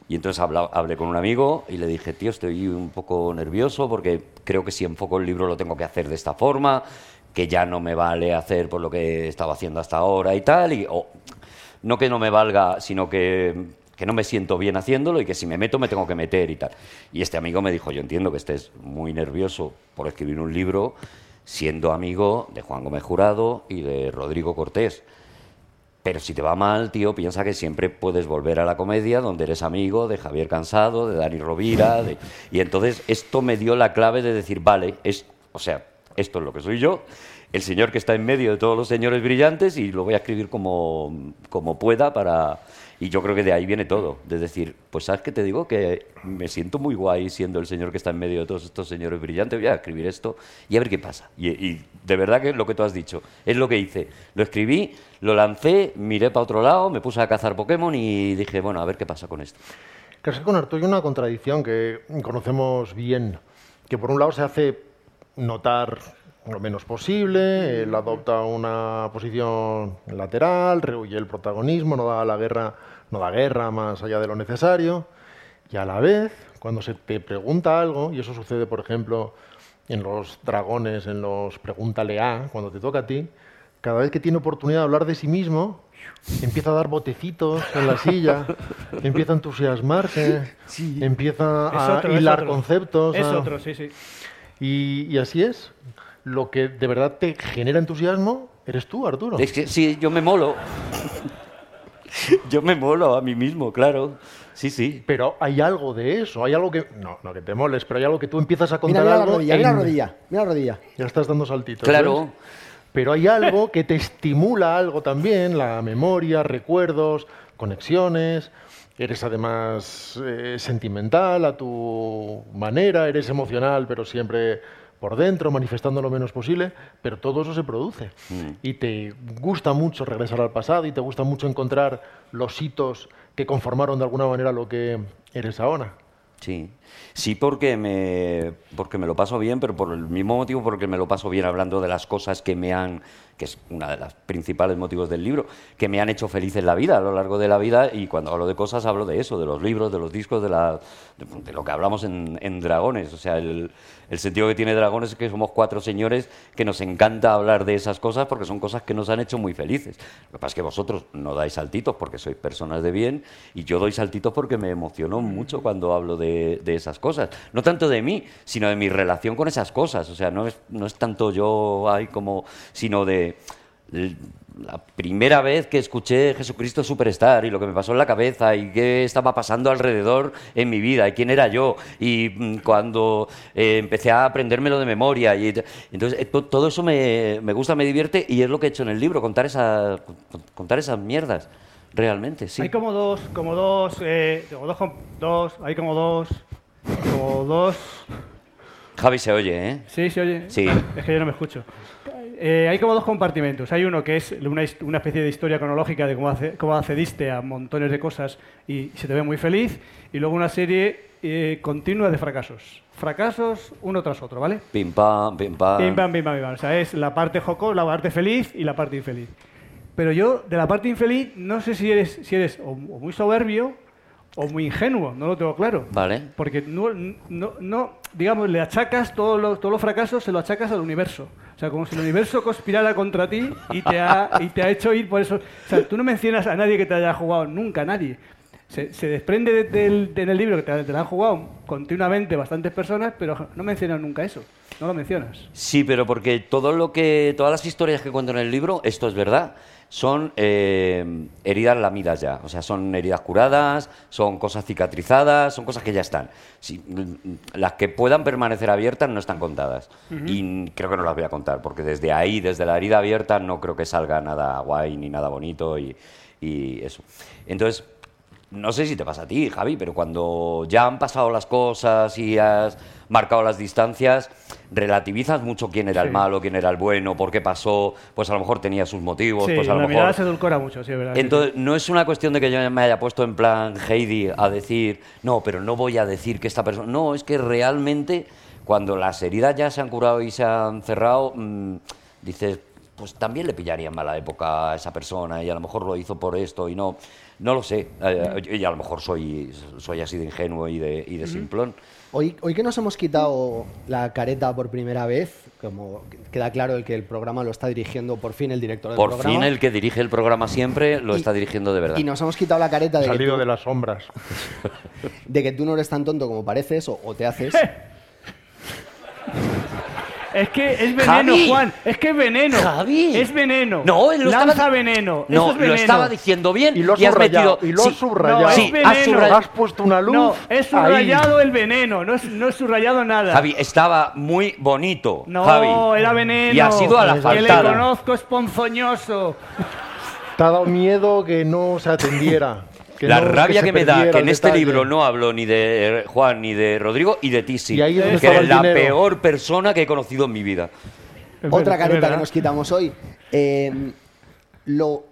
[SPEAKER 4] Y entonces habla- hablé con un amigo y le dije, tío, estoy un poco nervioso porque creo que si enfoco el libro lo tengo que hacer de esta forma, que ya no me vale hacer por lo que estaba haciendo hasta ahora y tal. Y, o, no que no me valga, sino que, que no me siento bien haciéndolo y que si me meto me tengo que meter y tal. Y este amigo me dijo, yo entiendo que estés muy nervioso por escribir un libro siendo amigo de Juan Gómez Jurado y de Rodrigo Cortés. Pero si te va mal, tío, piensa que siempre puedes volver a la comedia donde eres amigo de Javier Cansado, de Dani Rovira. de- Y entonces esto me dio la clave de decir, vale, es, o sea, esto es lo que soy yo, el señor que está en medio de todos los señores brillantes y lo voy a escribir como, como pueda para... Y yo creo que de ahí viene todo, de decir, pues sabes que te digo que me siento muy guay siendo el señor que está en medio de todos estos señores brillantes, voy a escribir esto y a ver qué pasa. Y, y de verdad que lo que tú has dicho es lo que hice. Lo escribí, lo lancé, miré para otro lado, me puse a cazar Pokémon y dije, bueno, a ver qué pasa con esto.
[SPEAKER 2] Casi con Arturo hay una contradicción que conocemos bien, que por un lado se hace notar lo menos posible, él adopta una posición lateral, rehuye el protagonismo, no da la guerra, no da guerra más allá de lo necesario, y a la vez, cuando se te pregunta algo, y eso sucede por ejemplo en los dragones, en los pregúntale a, cuando te toca a ti, cada vez que tiene oportunidad de hablar de sí mismo, empieza a dar botecitos en la silla, empieza a entusiasmarse, empieza
[SPEAKER 1] Es
[SPEAKER 2] a
[SPEAKER 1] otro, es
[SPEAKER 2] hilar
[SPEAKER 1] otro.
[SPEAKER 2] conceptos.
[SPEAKER 1] Es
[SPEAKER 2] a-
[SPEAKER 1] otro, sí, sí.
[SPEAKER 2] Y, y así es. Lo que de verdad te genera entusiasmo eres tú, Arturo.
[SPEAKER 4] Es que sí, yo me molo. yo me molo a mí mismo, claro. Sí, sí.
[SPEAKER 2] Pero hay algo de eso, hay algo que... No, no que te moles, pero hay algo que tú empiezas a
[SPEAKER 3] Mira,
[SPEAKER 2] contar
[SPEAKER 3] mira la
[SPEAKER 2] algo...
[SPEAKER 3] rodilla, mira la
[SPEAKER 2] en-
[SPEAKER 3] rodilla, mira la rodilla.
[SPEAKER 2] Ya estás dando saltitos.
[SPEAKER 4] Claro.
[SPEAKER 2] ¿ves? Pero hay algo que te estimula algo también, la memoria, recuerdos, conexiones. Eres además eh, sentimental a tu manera, eres emocional, pero siempre por dentro, manifestando lo menos posible, pero todo eso se produce. Y te gusta mucho regresar al pasado y te gusta mucho encontrar los hitos que conformaron de alguna manera lo que eres ahora.
[SPEAKER 4] Sí, sí porque me, porque me lo paso bien, pero por el mismo motivo porque me lo paso bien hablando de las cosas que me han, que es una de las principales motivos del libro, que me han hecho feliz en la vida, a lo largo de la vida, y cuando hablo de cosas hablo de eso, de los libros, de los discos, de, la, de, de lo que hablamos en, en Dragones. O sea, el, el sentido que tiene Dragones es que somos cuatro señores que nos encanta hablar de esas cosas porque son cosas que nos han hecho muy felices. Lo que pasa es que vosotros no dais
[SPEAKER 1] Mm.
[SPEAKER 4] saltitos porque sois personas de bien y yo doy saltitos porque me emociono mucho cuando hablo de, de esas cosas. No tanto de mí, sino de mi relación con esas cosas. O sea, no es, no es tanto yo ahí como, sino de l- la primera vez que escuché Jesucristo Superstar y lo que me pasó en la cabeza y qué estaba pasando alrededor en mi vida y quién era yo y mm, cuando eh, empecé a aprendérmelo de memoria y t- entonces eh, to- todo eso me, me gusta, me divierte y es lo que he hecho en el libro, contar, esa, con- contar esas mierdas realmente, sí.
[SPEAKER 1] Hay como dos, como dos, eh, como dos, com- dos, hay como dos, como dos.
[SPEAKER 4] Javi se oye, ¿eh?
[SPEAKER 1] Sí, se oye.
[SPEAKER 4] Sí.
[SPEAKER 1] Es que yo no me escucho. Eh, hay como dos compartimentos. Hay uno que es una, his- una especie de historia cronológica de cómo, ace- cómo accediste a montones de cosas y se te ve muy feliz. Y luego una serie eh, continua de fracasos. Fracasos uno tras otro, ¿vale?
[SPEAKER 4] Pim pam, pim pam.
[SPEAKER 1] Pim, pam, pim, pam, pim, pam. O sea, es la parte jocosa, la parte feliz y la parte infeliz. Pero yo, de la parte infeliz, no sé si eres, si eres o, o muy soberbio o muy ingenuo, no lo tengo claro.
[SPEAKER 4] Vale.
[SPEAKER 1] Porque no, no, no, digamos, le achacas todos los, todos los fracasos, se lo achacas al universo. O sea, como si el universo conspirara contra ti y te ha, y te ha hecho ir por eso. O sea, tú no mencionas a nadie que te haya jugado, nunca nadie. Se, se desprende de- del, en el libro que te, te la han jugado continuamente bastantes personas, pero no mencionas nunca eso. No lo mencionas.
[SPEAKER 4] Sí, pero porque todo lo que, todas las historias que cuento en el libro, esto es verdad, son eh, heridas lamidas ya. O sea, son heridas curadas, son cosas cicatrizadas, son cosas que ya están. Sí, mm, las que puedan permanecer abiertas no están contadas. Y creo que no las voy a contar, porque desde ahí, desde la herida abierta, no creo que salga nada guay ni nada bonito y, y eso. Entonces, no sé si te pasa a ti, Javi, pero cuando ya han pasado las cosas y has marcado las distancias, relativizas mucho quién era el
[SPEAKER 1] Sí.
[SPEAKER 4] malo, quién era el bueno, por qué pasó, pues a lo mejor tenía sus motivos,
[SPEAKER 1] Sí,
[SPEAKER 4] pues a
[SPEAKER 1] la
[SPEAKER 4] lo
[SPEAKER 1] mirada
[SPEAKER 4] mejor...
[SPEAKER 1] se edulcora mucho, sí, es verdad.
[SPEAKER 4] Entonces, no es una cuestión de que yo me haya puesto en plan Heidi a decir, no, pero no voy a decir que esta persona... No, es que realmente cuando las heridas ya se han curado y se han cerrado, mm, dices, pues también le pillaría en mala época a esa persona y a lo mejor lo hizo por esto y no... No lo sé, Eh, y a lo mejor soy, soy así de ingenuo y de, y de simplón.
[SPEAKER 3] Hoy, hoy que nos hemos quitado la careta por primera vez, como queda claro el que el programa lo está dirigiendo por fin el director del
[SPEAKER 4] Por
[SPEAKER 3] programa.
[SPEAKER 4] fin el que dirige el programa siempre lo
[SPEAKER 3] Y-
[SPEAKER 4] está dirigiendo de verdad.
[SPEAKER 3] Y nos hemos quitado la careta de que,
[SPEAKER 2] Salido
[SPEAKER 3] tú,
[SPEAKER 2] de las sombras.
[SPEAKER 3] de que tú no eres tan tonto como pareces o, o te haces.
[SPEAKER 1] Es que es veneno,
[SPEAKER 4] ¡Javi!
[SPEAKER 1] Juan. Es que es veneno.
[SPEAKER 4] Javi.
[SPEAKER 1] Es veneno.
[SPEAKER 4] No, él lo
[SPEAKER 1] Lanza
[SPEAKER 4] estaba...
[SPEAKER 1] veneno.
[SPEAKER 4] No,
[SPEAKER 1] Eso es veneno.
[SPEAKER 4] lo estaba diciendo bien.
[SPEAKER 2] Y lo has
[SPEAKER 4] has
[SPEAKER 2] subrayado.
[SPEAKER 4] metido...
[SPEAKER 2] Y lo has
[SPEAKER 4] Sí.
[SPEAKER 2] subrayado.
[SPEAKER 1] No, es
[SPEAKER 4] Sí, has
[SPEAKER 1] veneno.
[SPEAKER 4] subrayado.
[SPEAKER 2] Has puesto una luz.
[SPEAKER 1] No, es subrayado
[SPEAKER 2] ahí.
[SPEAKER 1] el veneno. No es, no es subrayado nada.
[SPEAKER 4] Javi, estaba muy bonito.
[SPEAKER 1] No,
[SPEAKER 4] Javi.
[SPEAKER 1] era veneno.
[SPEAKER 4] Y ha sido a la
[SPEAKER 1] Que le
[SPEAKER 4] faltada.
[SPEAKER 1] conozco es ponzoñoso.
[SPEAKER 2] Te ha dado miedo que no se atendiera. que
[SPEAKER 4] la
[SPEAKER 2] no-
[SPEAKER 4] rabia
[SPEAKER 2] se
[SPEAKER 4] que, me da
[SPEAKER 2] perdiera
[SPEAKER 4] que
[SPEAKER 2] el
[SPEAKER 4] en este
[SPEAKER 2] detalle.
[SPEAKER 4] libro no hablo ni de eh, Juan ni de Rodrigo y de ti sí.
[SPEAKER 2] Y ahí es donde
[SPEAKER 4] que
[SPEAKER 2] estaba
[SPEAKER 4] eres
[SPEAKER 2] el
[SPEAKER 4] la
[SPEAKER 2] dinero.
[SPEAKER 4] peor persona que he conocido en mi vida.
[SPEAKER 3] Otra careta que
[SPEAKER 1] verdad.
[SPEAKER 3] nos quitamos hoy. Eh, lo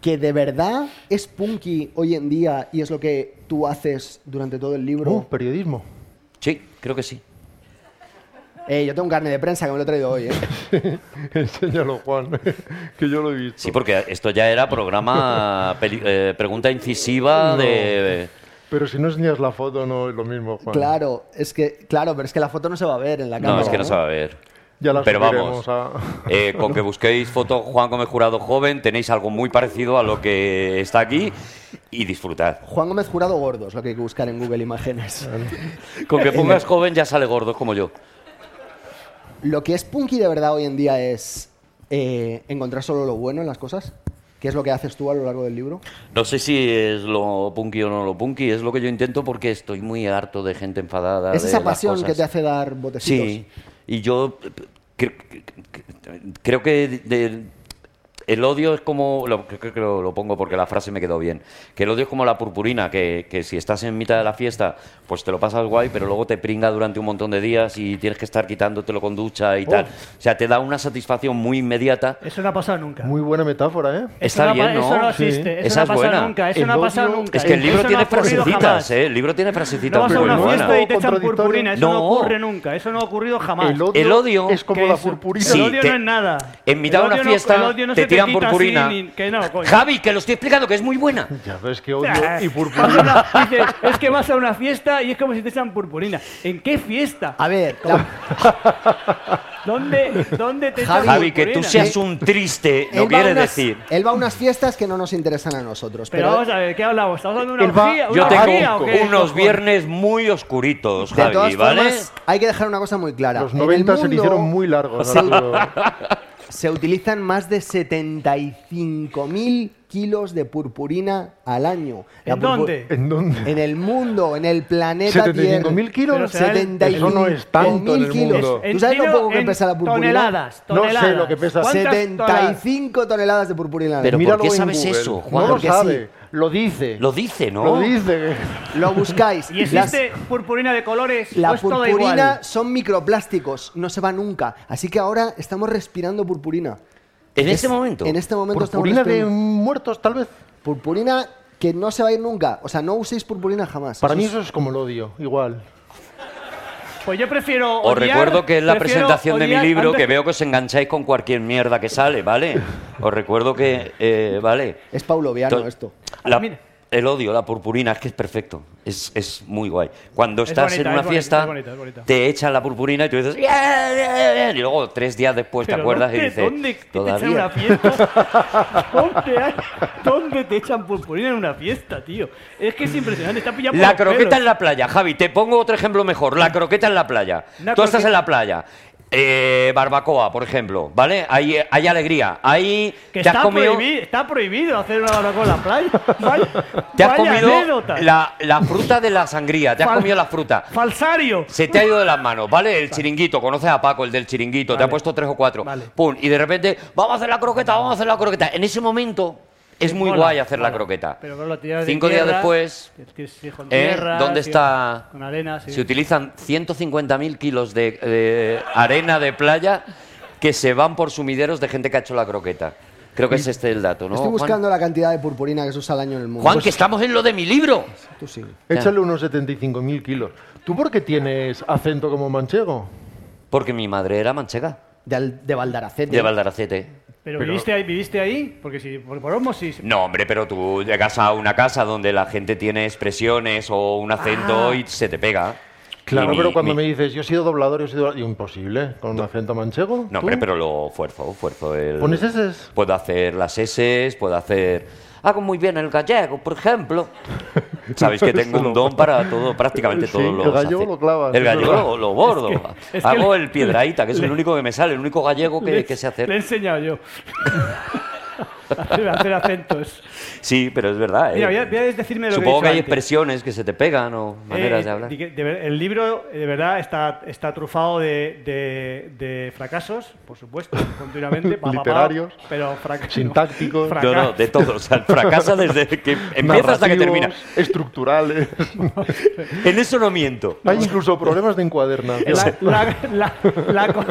[SPEAKER 3] que de verdad es punky hoy en día y es lo que tú haces durante todo el libro.
[SPEAKER 2] Uh, periodismo.
[SPEAKER 4] Sí, creo que sí.
[SPEAKER 3] Eh, yo tengo un carnet de prensa que me lo he traído hoy. ¿eh?
[SPEAKER 2] Enséñalo, Juan, que yo lo he visto.
[SPEAKER 4] Sí, porque esto ya era programa peli- eh, pregunta incisiva de
[SPEAKER 2] Pero si no enseñas la foto no es lo mismo, Juan.
[SPEAKER 3] Claro, es que, claro, pero es que la foto no se va a ver en la cámara.
[SPEAKER 4] No, es que no se va a ver.
[SPEAKER 2] Ya la
[SPEAKER 4] Pero vamos,
[SPEAKER 2] subiremos a-
[SPEAKER 4] eh, con que busquéis foto Juan Gómez Jurado joven, tenéis algo muy parecido a lo que está aquí y disfrutad.
[SPEAKER 3] Juan Gómez Jurado Gordo es lo que hay que buscar en Google Imágenes.
[SPEAKER 4] Con que pongas joven ya sale gordo como yo.
[SPEAKER 3] Lo que es punky de verdad hoy en día es eh, encontrar solo lo bueno en las cosas, que es lo que haces tú a lo largo del libro.
[SPEAKER 4] No sé si es lo punky o no lo punky, es lo que yo intento porque estoy muy harto de gente enfadada.
[SPEAKER 3] es
[SPEAKER 4] de
[SPEAKER 3] esa
[SPEAKER 4] las
[SPEAKER 3] pasión que
[SPEAKER 4] cosas.
[SPEAKER 3] te hace dar botecitos.
[SPEAKER 4] Sí, y yo eh, cre- cre- cre- creo que de- el odio es como, lo, creo que lo, lo pongo porque la frase me quedó bien, que el odio es como la purpurina, que, que si estás en mitad de la fiesta, pues te lo pasas guay, pero luego te pringa durante un montón de días y tienes que estar quitándotelo con ducha y tal. O sea, te da una satisfacción muy inmediata.
[SPEAKER 1] Eso no ha pasado nunca.
[SPEAKER 2] Muy buena metáfora, ¿eh?
[SPEAKER 1] Eso
[SPEAKER 4] Está
[SPEAKER 1] no ha
[SPEAKER 4] bien,
[SPEAKER 1] pa-
[SPEAKER 4] ¿no?
[SPEAKER 1] Eso no
[SPEAKER 2] Sí.
[SPEAKER 1] existe. Eso
[SPEAKER 4] Esa
[SPEAKER 1] no ha
[SPEAKER 4] es
[SPEAKER 1] pasado
[SPEAKER 4] buena.
[SPEAKER 1] nunca. Eso
[SPEAKER 2] El
[SPEAKER 1] no ha pasado
[SPEAKER 2] odio-
[SPEAKER 1] nunca.
[SPEAKER 4] Es que el
[SPEAKER 1] Eso
[SPEAKER 4] libro
[SPEAKER 1] no
[SPEAKER 4] tiene
[SPEAKER 1] ha ocurrido
[SPEAKER 4] frasecitas,
[SPEAKER 1] jamás.
[SPEAKER 4] ¿eh? El libro tiene
[SPEAKER 1] No
[SPEAKER 4] frasecitas
[SPEAKER 1] vas a
[SPEAKER 4] muy
[SPEAKER 1] una
[SPEAKER 4] buenas.
[SPEAKER 1] fiesta y te echan
[SPEAKER 2] Contradictorio.
[SPEAKER 1] purpurina. Eso no.
[SPEAKER 4] No.
[SPEAKER 1] ocurre nunca. Eso no ha ocurrido jamás.
[SPEAKER 2] El odio,
[SPEAKER 4] El odio
[SPEAKER 2] es como
[SPEAKER 1] ¿Qué
[SPEAKER 2] la
[SPEAKER 1] es eso?
[SPEAKER 2] purpurina.
[SPEAKER 4] Sí,
[SPEAKER 1] el odio
[SPEAKER 4] te-
[SPEAKER 1] no es nada.
[SPEAKER 4] En mitad de
[SPEAKER 1] El
[SPEAKER 4] una
[SPEAKER 1] odio no-
[SPEAKER 4] fiesta
[SPEAKER 1] el odio no
[SPEAKER 4] te
[SPEAKER 1] se
[SPEAKER 4] tiran
[SPEAKER 1] quita
[SPEAKER 4] purpurina.
[SPEAKER 1] así, ni- que no, coño.
[SPEAKER 4] Javi, que lo estoy explicando, que es muy buena.
[SPEAKER 2] Ya ves que odio
[SPEAKER 1] Ah.
[SPEAKER 2] y purpurina.
[SPEAKER 1] Dice, es que vas a una fiesta y es como si te echan purpurina. ¿En qué fiesta?
[SPEAKER 4] Ah.
[SPEAKER 3] A ver, la-
[SPEAKER 1] ¿Dónde, dónde te echan
[SPEAKER 3] Javi,
[SPEAKER 4] Javi, que tú
[SPEAKER 1] purpurina?
[SPEAKER 4] seas un triste,
[SPEAKER 3] él va
[SPEAKER 4] no
[SPEAKER 3] a
[SPEAKER 4] quiere
[SPEAKER 3] unas-
[SPEAKER 4] decir.
[SPEAKER 3] Él va a unas fiestas que no nos interesan a nosotros.
[SPEAKER 1] Pero
[SPEAKER 3] Pero,
[SPEAKER 1] vamos a ver, ¿qué hablamos? ¿Estamos hablando de
[SPEAKER 2] Él
[SPEAKER 1] una
[SPEAKER 2] va-
[SPEAKER 1] orgía?
[SPEAKER 4] Yo
[SPEAKER 1] ¿Una orgía o
[SPEAKER 4] tengo
[SPEAKER 1] qué?
[SPEAKER 4] unos
[SPEAKER 1] cojones?
[SPEAKER 4] viernes muy oscuritos,
[SPEAKER 3] de todas
[SPEAKER 4] Javi, ¿vale?
[SPEAKER 3] formas, hay que dejar una cosa muy clara.
[SPEAKER 2] Los
[SPEAKER 3] En el
[SPEAKER 2] 90 se le
[SPEAKER 3] mundo
[SPEAKER 2] hicieron muy largos.
[SPEAKER 3] Sí.
[SPEAKER 2] Arturo.
[SPEAKER 3] Se utilizan más de 75.000 kilos de purpurina al año. La
[SPEAKER 1] ¿En
[SPEAKER 3] purpu-
[SPEAKER 1] dónde?
[SPEAKER 2] ¿En dónde?
[SPEAKER 4] Eh,
[SPEAKER 3] En el mundo, en el planeta Tierra.
[SPEAKER 2] 75.000
[SPEAKER 1] Pero
[SPEAKER 2] kilos.
[SPEAKER 1] se da el-
[SPEAKER 3] 75.000
[SPEAKER 2] Eso no es tanto en el
[SPEAKER 3] kilos.
[SPEAKER 2] mundo.
[SPEAKER 1] En
[SPEAKER 3] pues, ¿Tú sabes lo
[SPEAKER 1] kilo,
[SPEAKER 3] poco que
[SPEAKER 1] en
[SPEAKER 3] pesa la purpurina?
[SPEAKER 1] Toneladas,
[SPEAKER 2] No sé
[SPEAKER 1] toneladas.
[SPEAKER 2] lo que pesa.
[SPEAKER 1] ¿Cuántas toneladas?
[SPEAKER 3] 75 toneladas de purpurina al
[SPEAKER 4] Pero ¿por
[SPEAKER 3] año.
[SPEAKER 2] Míralo
[SPEAKER 4] qué
[SPEAKER 2] en
[SPEAKER 4] sabes
[SPEAKER 2] Google.
[SPEAKER 4] eso, Juan?
[SPEAKER 2] No lo
[SPEAKER 3] Porque
[SPEAKER 2] sabe,
[SPEAKER 3] sí.
[SPEAKER 2] lo dice.
[SPEAKER 4] Lo dice, ¿no?
[SPEAKER 2] Lo dice.
[SPEAKER 3] Lo buscáis.
[SPEAKER 1] ¿Y
[SPEAKER 3] Las-
[SPEAKER 1] existe purpurina de colores?
[SPEAKER 3] La
[SPEAKER 1] ¿O es todo
[SPEAKER 3] purpurina
[SPEAKER 1] igual?
[SPEAKER 3] son microplásticos, no se va nunca. Así que ahora estamos respirando purpurina.
[SPEAKER 4] En
[SPEAKER 3] Es-
[SPEAKER 4] este momento.
[SPEAKER 3] En este momento
[SPEAKER 2] Purpurina
[SPEAKER 3] estamos
[SPEAKER 2] de
[SPEAKER 3] respirando.
[SPEAKER 2] muertos, tal vez.
[SPEAKER 3] Purpurina que no se va a ir nunca. O sea, no uséis purpurina jamás.
[SPEAKER 2] Para mí
[SPEAKER 3] Eso es-
[SPEAKER 2] eso es como el odio, igual.
[SPEAKER 1] Pues yo prefiero.
[SPEAKER 4] Os
[SPEAKER 1] odiar-
[SPEAKER 4] recuerdo que es la
[SPEAKER 1] prefiero
[SPEAKER 4] presentación de mi
[SPEAKER 1] odiar
[SPEAKER 4] libro, que
[SPEAKER 1] antes-
[SPEAKER 4] veo que os engancháis con cualquier mierda que sale, ¿vale? Os recuerdo que, eh, ¿vale?
[SPEAKER 3] Es pauloviano
[SPEAKER 4] To-
[SPEAKER 3] esto.
[SPEAKER 4] la-
[SPEAKER 1] Mira.
[SPEAKER 4] el odio, la purpurina, es que es perfecto. Es, es muy guay. Cuando
[SPEAKER 1] Es
[SPEAKER 4] estás
[SPEAKER 1] bonita,
[SPEAKER 4] en una
[SPEAKER 1] es bonita,
[SPEAKER 4] fiesta,
[SPEAKER 1] es bonita, es bonita.
[SPEAKER 4] te echan la purpurina y tú dices... "Bien, bien, bien", Y luego tres días después te
[SPEAKER 1] Pero
[SPEAKER 4] acuerdas y
[SPEAKER 1] ¿dónde-
[SPEAKER 4] dices...
[SPEAKER 1] ¿Dónde te echan una
[SPEAKER 4] Todavía.
[SPEAKER 1] fiesta? ¿Dónde, hay- dónde te echan purpurina en una fiesta, tío? Es que es impresionante. Está pillado por
[SPEAKER 4] La
[SPEAKER 1] los
[SPEAKER 4] croqueta
[SPEAKER 1] pelos.
[SPEAKER 4] en la playa, Javi, te pongo otro ejemplo mejor. La croqueta en la playa.
[SPEAKER 1] Una
[SPEAKER 4] Tú estás
[SPEAKER 1] croqueta-
[SPEAKER 4] en la playa. eh, barbacoa, por ejemplo, ¿vale? Hay, hay alegría. Ahí
[SPEAKER 1] Que
[SPEAKER 4] te has
[SPEAKER 1] está,
[SPEAKER 4] comido.
[SPEAKER 1] prohibido, está prohibido hacer una barbacoa en la playa. Vaya,
[SPEAKER 4] Te has
[SPEAKER 1] vaya
[SPEAKER 4] comido
[SPEAKER 1] anécdota.
[SPEAKER 4] la, la fruta de la sangría, te has
[SPEAKER 1] Fal-
[SPEAKER 4] comido la fruta.
[SPEAKER 1] Falsario.
[SPEAKER 4] Se te ha ido de las manos, ¿vale? El chiringuito, conoces a Paco, el del chiringuito, te ha puesto tres o cuatro.
[SPEAKER 1] Vale.
[SPEAKER 4] Pum, y de repente, vamos a hacer la croqueta, vamos a hacer la croqueta. En ese momento es muy
[SPEAKER 1] Mola,
[SPEAKER 4] guay hacer la
[SPEAKER 1] mola.
[SPEAKER 4] croqueta.
[SPEAKER 1] Pero con los tirados de
[SPEAKER 4] Cinco días
[SPEAKER 1] tierra,
[SPEAKER 4] después,
[SPEAKER 1] que es fijo en
[SPEAKER 4] ¿eh?
[SPEAKER 1] tierra,
[SPEAKER 4] ¿dónde
[SPEAKER 1] fijo-
[SPEAKER 4] está?
[SPEAKER 1] Con arena, sí.
[SPEAKER 4] Se utilizan 150.000 kilos de, de arena de playa que se van por sumideros de gente que ha hecho la croqueta. Creo que es este el dato, ¿no?
[SPEAKER 3] Estoy
[SPEAKER 4] Juan?
[SPEAKER 3] buscando la cantidad de purpurina que se usa al año en el mundo. Pues
[SPEAKER 4] Juan, que estamos en lo de mi libro.
[SPEAKER 3] Tú sí.
[SPEAKER 2] Échale unos 75.000 kilos. ¿Tú por qué tienes acento como manchego?
[SPEAKER 4] Porque mi madre era manchega,
[SPEAKER 3] De, Al- de Valdaracete.
[SPEAKER 4] de Valdaracete.
[SPEAKER 1] Pero,
[SPEAKER 2] Pero-
[SPEAKER 1] ¿viviste, ahí, ¿viviste ahí? Porque si por, por osmosis.
[SPEAKER 4] No, hombre, pero tú llegas a una casa donde la gente tiene expresiones o un
[SPEAKER 1] Ah.
[SPEAKER 4] acento y se te pega.
[SPEAKER 2] Claro,
[SPEAKER 4] Y mi-
[SPEAKER 2] pero cuando
[SPEAKER 4] mi-
[SPEAKER 2] me dices, yo he sido doblador, yo he sido... doblador", digo, imposible, con un acento manchego.
[SPEAKER 4] No,
[SPEAKER 2] ¿Tú?
[SPEAKER 4] hombre, pero eh, lo fuerzo, fuerzo el...
[SPEAKER 2] ¿Pones eses?
[SPEAKER 4] Puedo hacer las S, puedo hacer... Hago muy bien el gallego, por ejemplo. Sabéis que tengo un don para todo, prácticamente
[SPEAKER 2] Sí,
[SPEAKER 4] todos los
[SPEAKER 2] el gallego
[SPEAKER 4] acentos.
[SPEAKER 2] lo clavas,
[SPEAKER 4] El
[SPEAKER 2] es
[SPEAKER 4] gallego
[SPEAKER 2] verdad.
[SPEAKER 4] lo, lo bordo.
[SPEAKER 1] que- es que
[SPEAKER 4] Hago
[SPEAKER 1] le-
[SPEAKER 4] el piedraíta, que es el
[SPEAKER 1] le-
[SPEAKER 4] único que me sale, el único gallego que,
[SPEAKER 1] Le-
[SPEAKER 4] que sé hacer.
[SPEAKER 1] Le he enseñado yo. hacer, hacer acentos.
[SPEAKER 4] Sí, pero es verdad. eh.
[SPEAKER 1] Mira, voy a- voy a decirme lo que he
[SPEAKER 4] Supongo que,
[SPEAKER 1] dicho
[SPEAKER 4] hay
[SPEAKER 1] antes.
[SPEAKER 4] expresiones que se te pegan o maneras
[SPEAKER 1] Eh,
[SPEAKER 4] de hablar.
[SPEAKER 1] di que- de ver- el libro, eh, de verdad, está, está trufado de, de- de fracasos, por supuesto, continuamente. pa, pa, pa,
[SPEAKER 2] Literarios,
[SPEAKER 1] pero fracasos.
[SPEAKER 2] sintácticos.
[SPEAKER 4] No, no, de todo. O sea, fracasa desde que empieza hasta que termina.
[SPEAKER 2] Narrativos, Estructurales.
[SPEAKER 4] En eso no miento.
[SPEAKER 2] Hay incluso problemas de encuadernación.
[SPEAKER 1] La, la, la, la co-